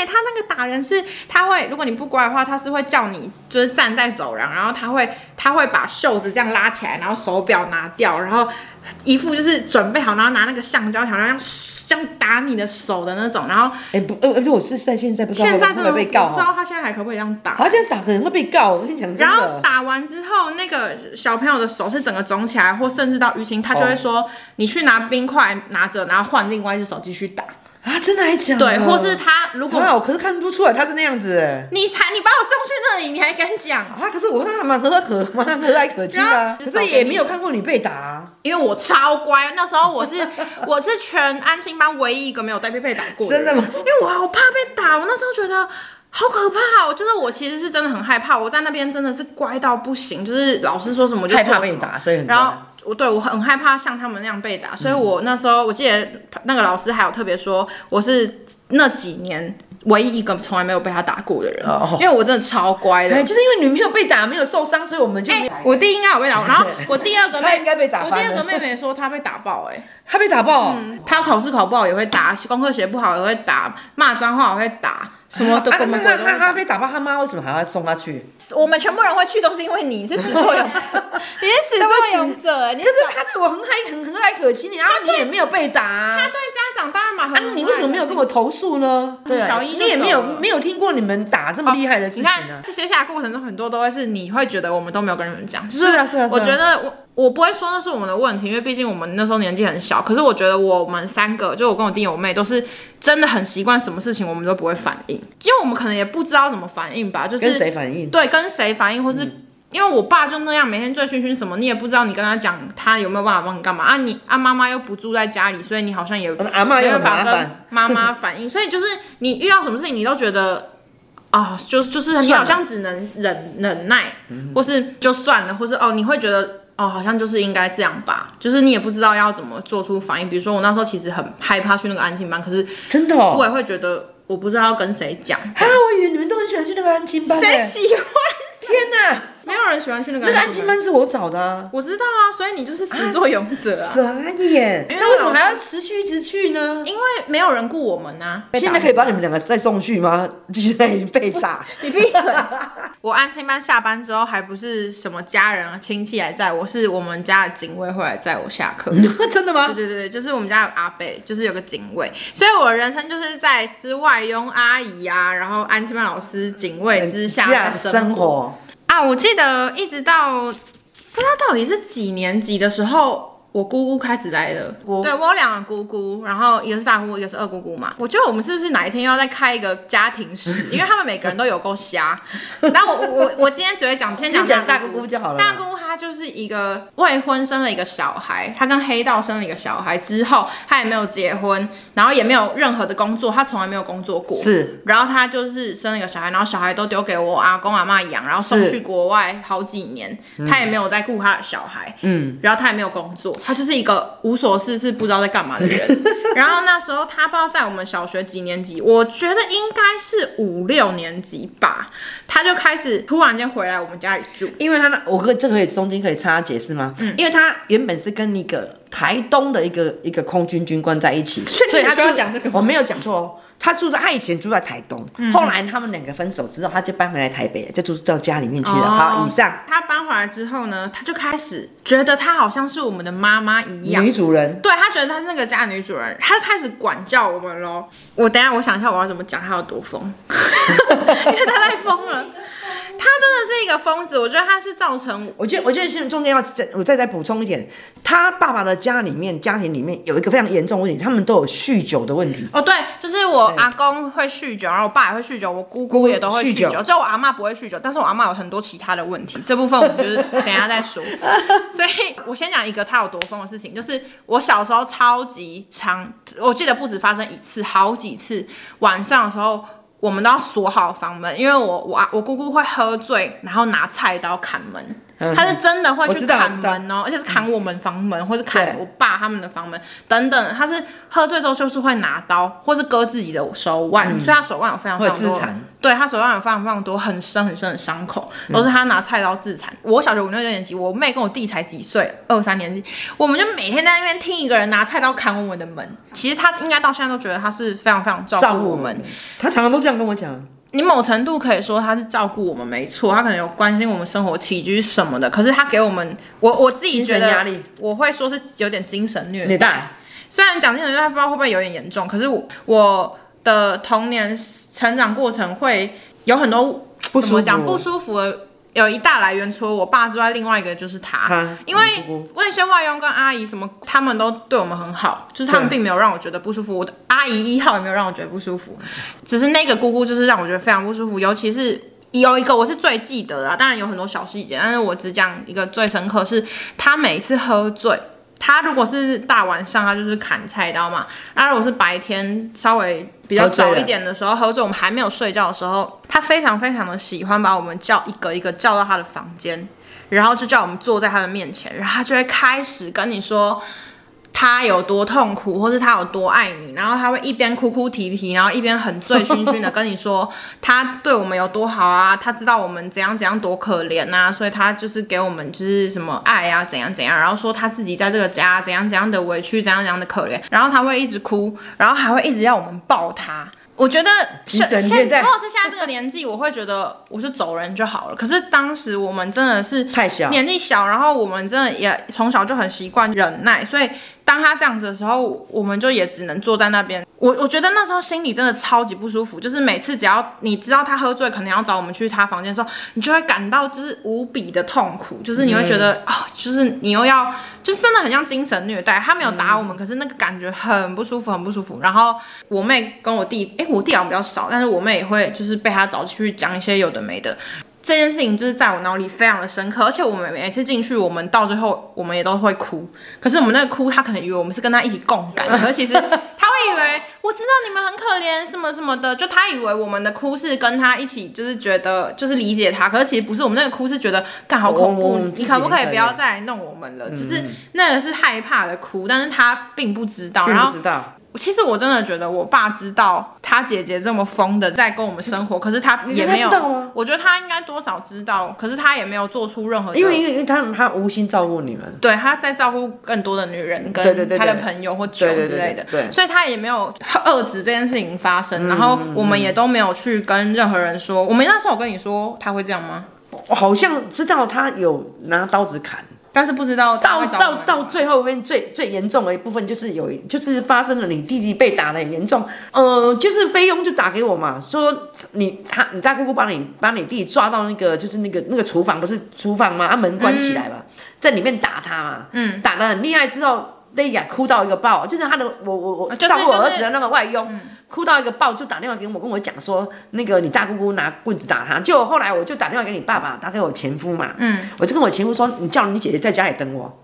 [SPEAKER 1] 哎，他那个打人是他会，如果你不乖的话，他是会叫你就是站在走廊，然后他会他会把袖子这样拉起来，然后手表拿掉，然后一副就是准备好，然后拿那个橡胶条，然后这样打你的手的那种，然后
[SPEAKER 2] 哎不，呃，而且我是在现在不知道
[SPEAKER 1] 现在
[SPEAKER 2] 会
[SPEAKER 1] 真
[SPEAKER 2] 不
[SPEAKER 1] 的
[SPEAKER 2] 会被告
[SPEAKER 1] 不知
[SPEAKER 2] 哈，
[SPEAKER 1] 道他现在还可不可以这样打。
[SPEAKER 2] 好像打可能会被告，我跟你讲真
[SPEAKER 1] 然后
[SPEAKER 2] 的。
[SPEAKER 1] 打完之后，那个小朋友的手是整个肿起来，或甚至到淤青，他就会说：“
[SPEAKER 2] 哦
[SPEAKER 1] 你去拿冰块拿着，然后换另外一只手继续打。
[SPEAKER 2] 啊，真的还假”的？
[SPEAKER 1] 对，或是他如果
[SPEAKER 2] 啊，我可是看不出来他是那样子哎。
[SPEAKER 1] 你才你把我送去那里，你还敢讲？
[SPEAKER 2] 啊，可是我那还蛮和和蛮和蔼可亲的
[SPEAKER 1] 然
[SPEAKER 2] 啊，
[SPEAKER 1] 后
[SPEAKER 2] 可是也没有看过你被打、啊，
[SPEAKER 1] 因为我超乖，那时候我是 我是全安亲班唯一一个没有被被打过人
[SPEAKER 2] 真的吗
[SPEAKER 1] 因为我好怕被打，我那时候觉得。好可怕哦！就是我其实是真的很害怕，我在那边真的是乖到不行，就是老师说什么我就
[SPEAKER 2] 害
[SPEAKER 1] 做
[SPEAKER 2] 怕
[SPEAKER 1] 什
[SPEAKER 2] 被
[SPEAKER 1] 么
[SPEAKER 2] 打，所以很
[SPEAKER 1] 然后
[SPEAKER 2] 乖
[SPEAKER 1] 我对我很害怕像他们那样被打，所
[SPEAKER 2] 嗯
[SPEAKER 1] 以我那时候我记得那个老师还有特别说，我是那几年唯一一个从来没有被他打过的人，
[SPEAKER 2] 哦
[SPEAKER 1] 因为我真的超乖的
[SPEAKER 2] 哎，。就是因为你没有被打，没有受伤，所以我们就没有、
[SPEAKER 1] 我弟应该有被打，然后我第二 个
[SPEAKER 2] 他
[SPEAKER 1] 妹
[SPEAKER 2] 应该被打
[SPEAKER 1] 我
[SPEAKER 2] 翻
[SPEAKER 1] 第二个
[SPEAKER 2] 了
[SPEAKER 1] 妹妹说她被打爆、哎，
[SPEAKER 2] 他被打爆，
[SPEAKER 1] 嗯他考试考不好也会打，功课写不好也会打，骂脏话也会打，什么的
[SPEAKER 2] 啊
[SPEAKER 1] 各国
[SPEAKER 2] 那他
[SPEAKER 1] 都会
[SPEAKER 2] 那他
[SPEAKER 1] 打。
[SPEAKER 2] 被打爆，他妈为什么还要送他去？
[SPEAKER 1] 我们全部人会去，都是因为 你是始作俑者，你是始作俑者、欸你
[SPEAKER 2] 可是
[SPEAKER 1] 找
[SPEAKER 2] 他对我很爱很和蔼可亲，然后你也没有被打、啊。
[SPEAKER 1] 他对家长当然嘛，
[SPEAKER 2] 啊
[SPEAKER 1] 很，
[SPEAKER 2] 你为什么没有跟我投诉呢？对
[SPEAKER 1] 小
[SPEAKER 2] 啊，
[SPEAKER 1] 一
[SPEAKER 2] 你
[SPEAKER 1] 就
[SPEAKER 2] 也没有
[SPEAKER 1] 走了
[SPEAKER 2] 没有听过你们打这么厉害的事
[SPEAKER 1] 你
[SPEAKER 2] 情
[SPEAKER 1] 看
[SPEAKER 2] 啊？
[SPEAKER 1] 这些下来过程中，很多都会是你会觉得我们都没有跟你们讲，就是
[SPEAKER 2] 啊是啊是啊
[SPEAKER 1] 我觉得我我不会说那是我们的问题，因为毕竟我们那时候年纪很小。可是我觉得我们三个，就我跟我弟我妹，都是真的很习惯什么事情我们都不会反应，因为我们可能也不知道怎么反应吧，就
[SPEAKER 2] 跟
[SPEAKER 1] 是
[SPEAKER 2] 谁反应？
[SPEAKER 1] 对跟谁反应，或是、
[SPEAKER 2] 嗯
[SPEAKER 1] 因为我爸就那样，每天醉醺醺什么，你也不知道你跟他讲他有没有办法帮你干嘛啊你？啊妈妈又不住在家里，所以你好像也
[SPEAKER 2] 嗯 阿嬷
[SPEAKER 1] 没
[SPEAKER 2] 又
[SPEAKER 1] 办法
[SPEAKER 2] 很麻
[SPEAKER 1] 跟
[SPEAKER 2] 烦
[SPEAKER 1] 妈妈反应，所以就是你遇到什么事情，你都觉得啊，就就是你
[SPEAKER 2] 算
[SPEAKER 1] 好
[SPEAKER 2] 了
[SPEAKER 1] 像只能忍忍耐，或是就算了，或是哦，你会觉得哦，好像就是应该这样吧，就是你也不知道要怎么做出反应。比如说我那时候其实很害怕去那个安静班，可是
[SPEAKER 2] 真的、哦？
[SPEAKER 1] 我也会觉得我不知道要跟谁讲，
[SPEAKER 2] 啊，我以为你们都很喜欢去那个安亲班、
[SPEAKER 1] 谁
[SPEAKER 2] 欸。
[SPEAKER 1] 喜欢？
[SPEAKER 2] 天哪、
[SPEAKER 1] 没有人喜欢去那个
[SPEAKER 2] 那个
[SPEAKER 1] 安
[SPEAKER 2] 安
[SPEAKER 1] 静
[SPEAKER 2] 亲
[SPEAKER 1] 班。
[SPEAKER 2] 班是我找的、啊。
[SPEAKER 1] 我知道啊，所以你就是始作俑者啊，
[SPEAKER 2] 傻眼！
[SPEAKER 1] 因为
[SPEAKER 2] 那为什
[SPEAKER 1] 老
[SPEAKER 2] 么
[SPEAKER 1] 师
[SPEAKER 2] 还要持续一直去呢？
[SPEAKER 1] 因为没有人顾我们啊。
[SPEAKER 2] 现在可以把你们两个再送去吗？ 继续在被打。
[SPEAKER 1] 你闭嘴！ 我安亲班下班之后，还不是什么家人啊亲戚来载我，是我们家的警卫会来载我下 课。
[SPEAKER 2] 真的吗
[SPEAKER 1] 对？对对，就是我们家有阿伯，就是有个警卫，所以我的人生就是在就是外佣阿姨啊，然后安亲班老师、警卫之下的
[SPEAKER 2] 生活，
[SPEAKER 1] 啊。我记得一直到不知道到底是几年级的时候。我姑姑开始来了，
[SPEAKER 2] 我
[SPEAKER 1] 对我有两个姑姑，然后一个是大姑姑，一个是二姑姑嘛。我觉得我们是不是哪一天又要再开一个家庭史？ 因为他们每个人都有够瞎。那我我我今天只会讲，先
[SPEAKER 2] 先
[SPEAKER 1] 讲
[SPEAKER 2] 讲大
[SPEAKER 1] 姑
[SPEAKER 2] 姑姑就好了
[SPEAKER 1] 大
[SPEAKER 2] 嘛。
[SPEAKER 1] 姑她就是一个未婚生了一个小孩，她跟黑道生了一个小孩之后，她也没有结婚，然后也没有任何的工作，她从来没有工作过。
[SPEAKER 2] 是，
[SPEAKER 1] 然后她就是生了一个小孩，然后小孩都丢给我阿公阿妈养，然后送
[SPEAKER 2] 是
[SPEAKER 1] 去国外好几年，她也没有在顾她的小孩，
[SPEAKER 2] 嗯，
[SPEAKER 1] 然后她也没有工作，她就是一个无所事事、不知道在干嘛的人。然后那时候她不知道在我们小学几年级，我觉得应该是五六年级吧，她就开始突然间回来我们家里住。
[SPEAKER 2] 因为他那我可以这个可以中间可以插解释吗？嗯，因为他原本是跟一个台东的一个一个空军军官在 一起，
[SPEAKER 1] 确定
[SPEAKER 2] 所以他
[SPEAKER 1] 你不要
[SPEAKER 2] 住
[SPEAKER 1] 讲这个吗
[SPEAKER 2] 我没有讲错哦。他住在他以前住在台东，后来他们两个分手之后，他就搬回来台北，就住到家里面去了。
[SPEAKER 1] 哦
[SPEAKER 2] 好，以上
[SPEAKER 1] 她搬回来之后呢，她就开始觉得她好像是我们的妈妈一样。
[SPEAKER 2] 女主人
[SPEAKER 1] 对她觉得她是那个家的女主人，她开始管教我们喽。我等一下我想一下我要怎么讲她有多疯， 因为她太疯了，她真的是一个疯子。我觉得她是造成
[SPEAKER 2] 我觉得，我觉得是中间要再我再再补充一点，他爸爸的家里面家庭里面有一个非常严重的问题，他们都有酗酒的问题。
[SPEAKER 1] 哦对，就是我阿公会酗酒，然后我爸也会酗酒，我姑
[SPEAKER 2] 姑
[SPEAKER 1] 姑也都会酗
[SPEAKER 2] 酗酒
[SPEAKER 1] 酒，只有我阿妈不会酗酒，但是我阿妈有很多其他的问题，这部分我们就是等一下再 说。所以我先讲一个她有多疯的事情，就是我小时候超级常，我记得不止发生一次，好几次晚上的时候。我们都要锁好房门，因为我我阿我姑姑会喝醉，然后拿菜刀砍门。她是真的会
[SPEAKER 2] 嗯我
[SPEAKER 1] 去
[SPEAKER 2] 知道
[SPEAKER 1] 砍
[SPEAKER 2] 我知道
[SPEAKER 1] 门哦，而且是砍我们房门，或是砍
[SPEAKER 2] 嗯对
[SPEAKER 1] 我爸他们的房门等等。她是喝醉之后就是会拿刀，或是割自己的手腕，所以她手腕有非常非常
[SPEAKER 2] 嗯会有
[SPEAKER 1] 多
[SPEAKER 2] 自残。
[SPEAKER 1] 对她手腕有非常非常多很深很深的伤口，
[SPEAKER 2] 嗯
[SPEAKER 1] 都是她拿菜刀自残。我小学五六年级，我妹跟我弟才几岁，二三年级，我们就每天在那边听一个人拿菜刀砍我们的门。其实她应该到现在都觉得她是非常非常照
[SPEAKER 2] 照
[SPEAKER 1] 顾
[SPEAKER 2] 顾
[SPEAKER 1] 我
[SPEAKER 2] 我
[SPEAKER 1] 们
[SPEAKER 2] 们，，他常常都这样跟我讲。
[SPEAKER 1] 你某程度可以说他是照顾我们，没错，他可能有关心我们生活起居什么的。可是他给我们，我我自己觉
[SPEAKER 2] 精神压
[SPEAKER 1] 得
[SPEAKER 2] 力，
[SPEAKER 1] 我会说是有点精神虐
[SPEAKER 2] 你
[SPEAKER 1] 待。
[SPEAKER 2] 大
[SPEAKER 1] 虽然讲精神虐待不知道会不会有点严重，可是我我的童年成长过程会有很多
[SPEAKER 2] 不
[SPEAKER 1] 怎么
[SPEAKER 2] 舒
[SPEAKER 1] 讲
[SPEAKER 2] 服
[SPEAKER 1] 不舒服的，有一大来源除了我爸之外，另外一个就是他，
[SPEAKER 2] 他
[SPEAKER 1] 因为
[SPEAKER 2] 你姑
[SPEAKER 1] 外甥外佣跟阿姨什么，他们都对我们很好，就是他们
[SPEAKER 2] 对
[SPEAKER 1] 并没有让我觉得不舒服。我的阿姨一号也没有让我觉得不舒服，只是那个姑姑就是让我觉得非常不舒服，尤其是。有一个我是最记得的啊啦，当然有很多小细节，但是我只讲一个最深刻是，他每次喝醉，他如果是大晚上，他就是砍菜刀嘛；那如果是白天稍微比较
[SPEAKER 2] 喝醉
[SPEAKER 1] 早
[SPEAKER 2] 了
[SPEAKER 1] 一点的时候，喝醉我们还没有睡觉的时候，他非常非常的喜欢把我们叫一个一个叫到他的房间，然后就叫我们坐在他的面前，然后他就会开始跟你说。他有多痛苦，或是他有多爱你，然后他会一边哭哭啼啼，然后一边很醉醺醺的跟你说他对我们有多好啊，他知道我们怎样怎样多可怜啊，所以他就是给我们就是什么爱啊，怎样怎样，然后说他自己在这个家怎样怎样的委屈，怎样怎样的可怜，然后他会一直哭，然后还会一直要我们抱他。我觉得现
[SPEAKER 2] 急诊
[SPEAKER 1] 现
[SPEAKER 2] 现在
[SPEAKER 1] 如果是现在这个年纪，我会觉得我就走人就好了。可是当时我们真的是
[SPEAKER 2] 太小
[SPEAKER 1] 年纪小，然后我们真的也从小就很习惯忍耐，所以当他这样子的时候，我们就也只能坐在那边。我我觉得那时候心里真的超级不舒服，就是每次只要你知道他喝醉，可能要找我们去他房间的时候，你就会感到就是无比的痛苦，就是你会觉得啊、就是你又要，就是真的很像精神虐待。他没有打我们，可是那个感觉很不舒服，很不舒服。然后我妹跟我弟，哎、我弟好像比较少，但是我妹也会就是被他找去讲一些有的没的。这件事情就是在我脑里非常的深刻，而且我们每次进去，我们到最后我们也都会哭。可是我们那个哭，他可能以为我们是跟他一起共 感，可是其实他会以为我知道你们很可怜什么什么的，就他以为我们的哭是跟他一起，就是觉得就是理解他，可是其实不是，我们那个哭是觉得干好恐怖，
[SPEAKER 2] 哦
[SPEAKER 1] 你
[SPEAKER 2] 自己
[SPEAKER 1] 可不可以
[SPEAKER 2] 很可
[SPEAKER 1] 不要
[SPEAKER 2] 怜
[SPEAKER 1] 再来弄我们了？
[SPEAKER 2] 嗯
[SPEAKER 1] 就是那个是害怕的哭，但是他并不知道，
[SPEAKER 2] 并
[SPEAKER 1] 然后
[SPEAKER 2] 不知道，
[SPEAKER 1] 其实我真的觉得，我爸知道他姐姐这么疯的在跟我们生活，可是他也没有
[SPEAKER 2] 你觉得他知道吗。
[SPEAKER 1] 我觉得他应该多少知道，可是他也没有做出任何的。
[SPEAKER 2] 因为因为因为他他无心照顾你们，
[SPEAKER 1] 对他在照顾更多的女人
[SPEAKER 2] 对对
[SPEAKER 1] 跟
[SPEAKER 2] 对对
[SPEAKER 1] 他的朋友或酒
[SPEAKER 2] 对对
[SPEAKER 1] 之
[SPEAKER 2] 对
[SPEAKER 1] 类的
[SPEAKER 2] 对，嗯对
[SPEAKER 1] 所以他也没有遏制这件事情发生。然后我们也都没有去跟任何人说。我们那时候有跟你说他会这样吗？
[SPEAKER 2] 我好像知道他有拿刀子砍。
[SPEAKER 1] 但是不知道他
[SPEAKER 2] 到
[SPEAKER 1] 会找我
[SPEAKER 2] 到
[SPEAKER 1] 们哦
[SPEAKER 2] 到最后面最最严重的一部分就是有就是发生了你弟弟被打的很严重，呃，就是菲佣就打给我嘛，说你他你大姑姑把你把你弟抓到那个就是那个那个厨房不是厨房吗？啊门关起来嘛，
[SPEAKER 1] 嗯
[SPEAKER 2] 在里面打他嘛，嗯，打得很厉害之后。丽雅哭到一个爆，就是他的我我我
[SPEAKER 1] 就是
[SPEAKER 2] 照顾我
[SPEAKER 1] 就是嗯
[SPEAKER 2] 儿子的那个外佣，哭到一个爆，就打电话给我跟我讲说，那个你大姑姑拿棍子打他。就后来我就打电话给你爸爸，打给我前夫嘛，嗯，我就跟我前夫说，你叫你姐姐在家里等我，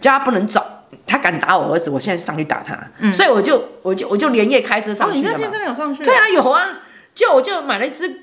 [SPEAKER 2] 叫他不能走，他敢打我儿子，我现在上去打他，所以我就我就我就连夜开车
[SPEAKER 1] 嗯哦，
[SPEAKER 2] 上
[SPEAKER 1] 你
[SPEAKER 2] 去
[SPEAKER 1] 那
[SPEAKER 2] 了嘛。
[SPEAKER 1] 天真的有上去？
[SPEAKER 2] 对，啊，有啊，就我就买了一支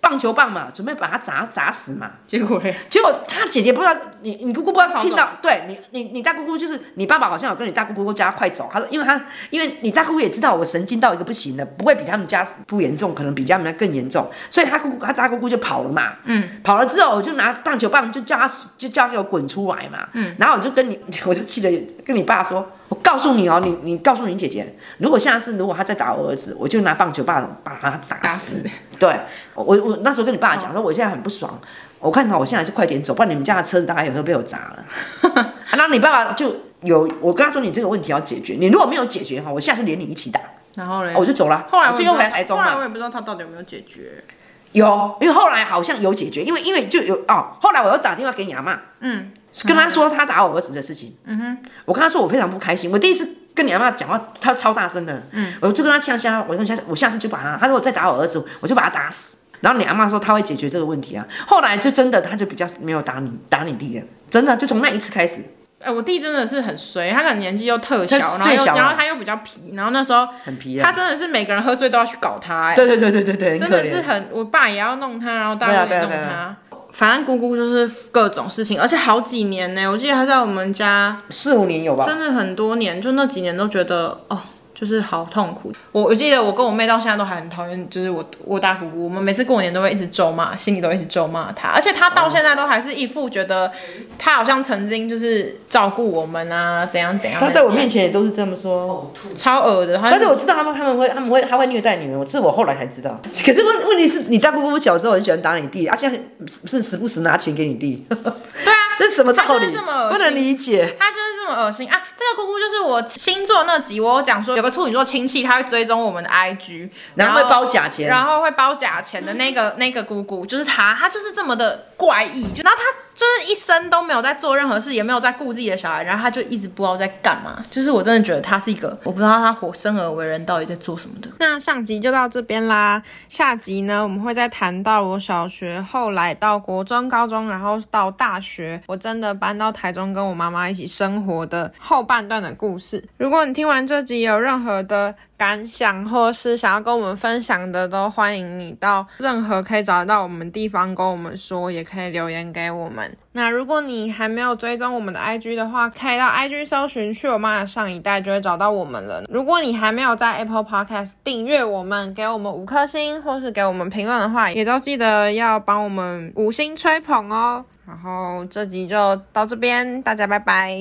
[SPEAKER 2] 棒球棒嘛，准备把他砸砸死嘛。
[SPEAKER 1] 结果嘞，
[SPEAKER 2] 结果他姐姐不知道，你你姑姑不知
[SPEAKER 1] 跑
[SPEAKER 2] 道
[SPEAKER 1] 走
[SPEAKER 2] 听到，对你你你大姑姑就是你爸爸好像有跟你大姑姑叫他快走，他说因为他因为你大姑姑也知道我神经到一个不行了，不会比他们家不严重，可能比他们家更严重，所以他姑姑他大姑姑就跑了嘛，嗯，跑了之后我就拿棒球棒就叫他就叫他给我滚出来嘛，嗯，然后我就跟你 我就气得跟你爸说。我告诉你哦，你你告诉你姐姐，如果下次如果他再打我儿子，我就拿棒球棒把他
[SPEAKER 1] 打
[SPEAKER 2] 打
[SPEAKER 1] 死
[SPEAKER 2] 死。对，我我那时候跟你爸讲说，我现在很不爽，我看好我现在还是快点走，不然你们家的车子大概也会被我砸了。 啊然后你爸爸就有，我跟他说你这个问题要解决，你如果没有解决哈，我下次连你一起打，
[SPEAKER 1] 然后嘞
[SPEAKER 2] 我，就走了。
[SPEAKER 1] 后来我
[SPEAKER 2] 我
[SPEAKER 1] 也
[SPEAKER 2] 就
[SPEAKER 1] 不知
[SPEAKER 2] 又
[SPEAKER 1] 道
[SPEAKER 2] 回台中
[SPEAKER 1] 后来我
[SPEAKER 2] 了。
[SPEAKER 1] 也不知道他到底有没有解决。
[SPEAKER 2] 有，因为后来好像有解决，因为因为就有哦，后来我又打电话给你阿妈，
[SPEAKER 1] 嗯，
[SPEAKER 2] 跟他说他打我儿子的事情。嗯哼，我跟他说我非常不开心，我第一次跟你阿妈讲话，他超大声的。嗯，我就跟他呛呛，我跟下我下次就把他，他如果再打我儿子，我就把他打死。然后你阿妈说他会解决这个问题啊，后来就真的他就比较没有打你打你弟了，真的就从那一次开始，
[SPEAKER 1] 哎、我弟真的是很衰，他可能年纪又特小，然后
[SPEAKER 2] 他最
[SPEAKER 1] 又
[SPEAKER 2] 小啊
[SPEAKER 1] 然后他又比较皮，然后那时候
[SPEAKER 2] 很皮
[SPEAKER 1] 他
[SPEAKER 2] 啊。
[SPEAKER 1] 真的是每个人喝醉都要去搞他、哎，
[SPEAKER 2] 对对对对对对，很
[SPEAKER 1] 真
[SPEAKER 2] 可
[SPEAKER 1] 的是
[SPEAKER 2] 怜。
[SPEAKER 1] 很，我爸也要弄他，然后大家
[SPEAKER 2] 对
[SPEAKER 1] 也
[SPEAKER 2] 啊对啊
[SPEAKER 1] 弄他。
[SPEAKER 2] 对
[SPEAKER 1] 反正姑姑就是各种事情，而且好几年呢、我记得他在我们家
[SPEAKER 2] 四五年有吧？
[SPEAKER 1] 真的很多年，就那几年都觉得哦，就是好痛苦。我我记得我跟我妹到现在都还很讨厌，就是我我大姑姑，我们每次过年都会一直咒骂，心里都一直咒骂她，而且她到现在都还是一副觉得她好像曾经就是照顾我们啊，怎样怎样，
[SPEAKER 2] 他在我面前也都是这么说，
[SPEAKER 1] 超恶的，她
[SPEAKER 2] 但是我知道他们他们会他们会他会虐待你们，我这我后来才知道。可是问问题是你大姑姑小时候很喜欢打你弟，啊，现在是是时不时拿钱给你弟，
[SPEAKER 1] 对啊，
[SPEAKER 2] 这是什么道
[SPEAKER 1] 他就
[SPEAKER 2] 理
[SPEAKER 1] 是这么？恶心
[SPEAKER 2] 不能理解。
[SPEAKER 1] 他就是这么恶心啊！这个姑姑就是我星座那集，我有讲说有个处女座亲戚，他会追踪我们的 IG，
[SPEAKER 2] 然后会包假钱
[SPEAKER 1] 然后会包假钱的那个那个姑姑，就是她，她就是这么的怪异，就然后她就是一生都没有在做任何事，也没有在顾自己的小孩，然后她就一直不知道在干嘛。就是我真的觉得她是一个，我不知道她活生而为人到底在做什么的。那上集就到这边啦，下集呢我们会再谈到我小学后来到国中、高中，然后到大学，我真的搬到台中跟我妈妈一起生活的后半段的故事。如果你听完这集有任何的感想，或是想要跟我们分享的，都欢迎你到任何可以找得到我们地方跟我们说，也可以留言给我们。那如果你还没有追踪我们的 IG 的话，可以到 IG 搜寻“去我妈的上一代”就会找到我们了。如果你还没有在 Apple Podcast 订阅我们，给我们五颗星或是给我们评论的话，也都记得要帮我们五星吹捧哦。然后这集就到这边，大家拜拜，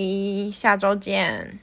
[SPEAKER 1] 下周见。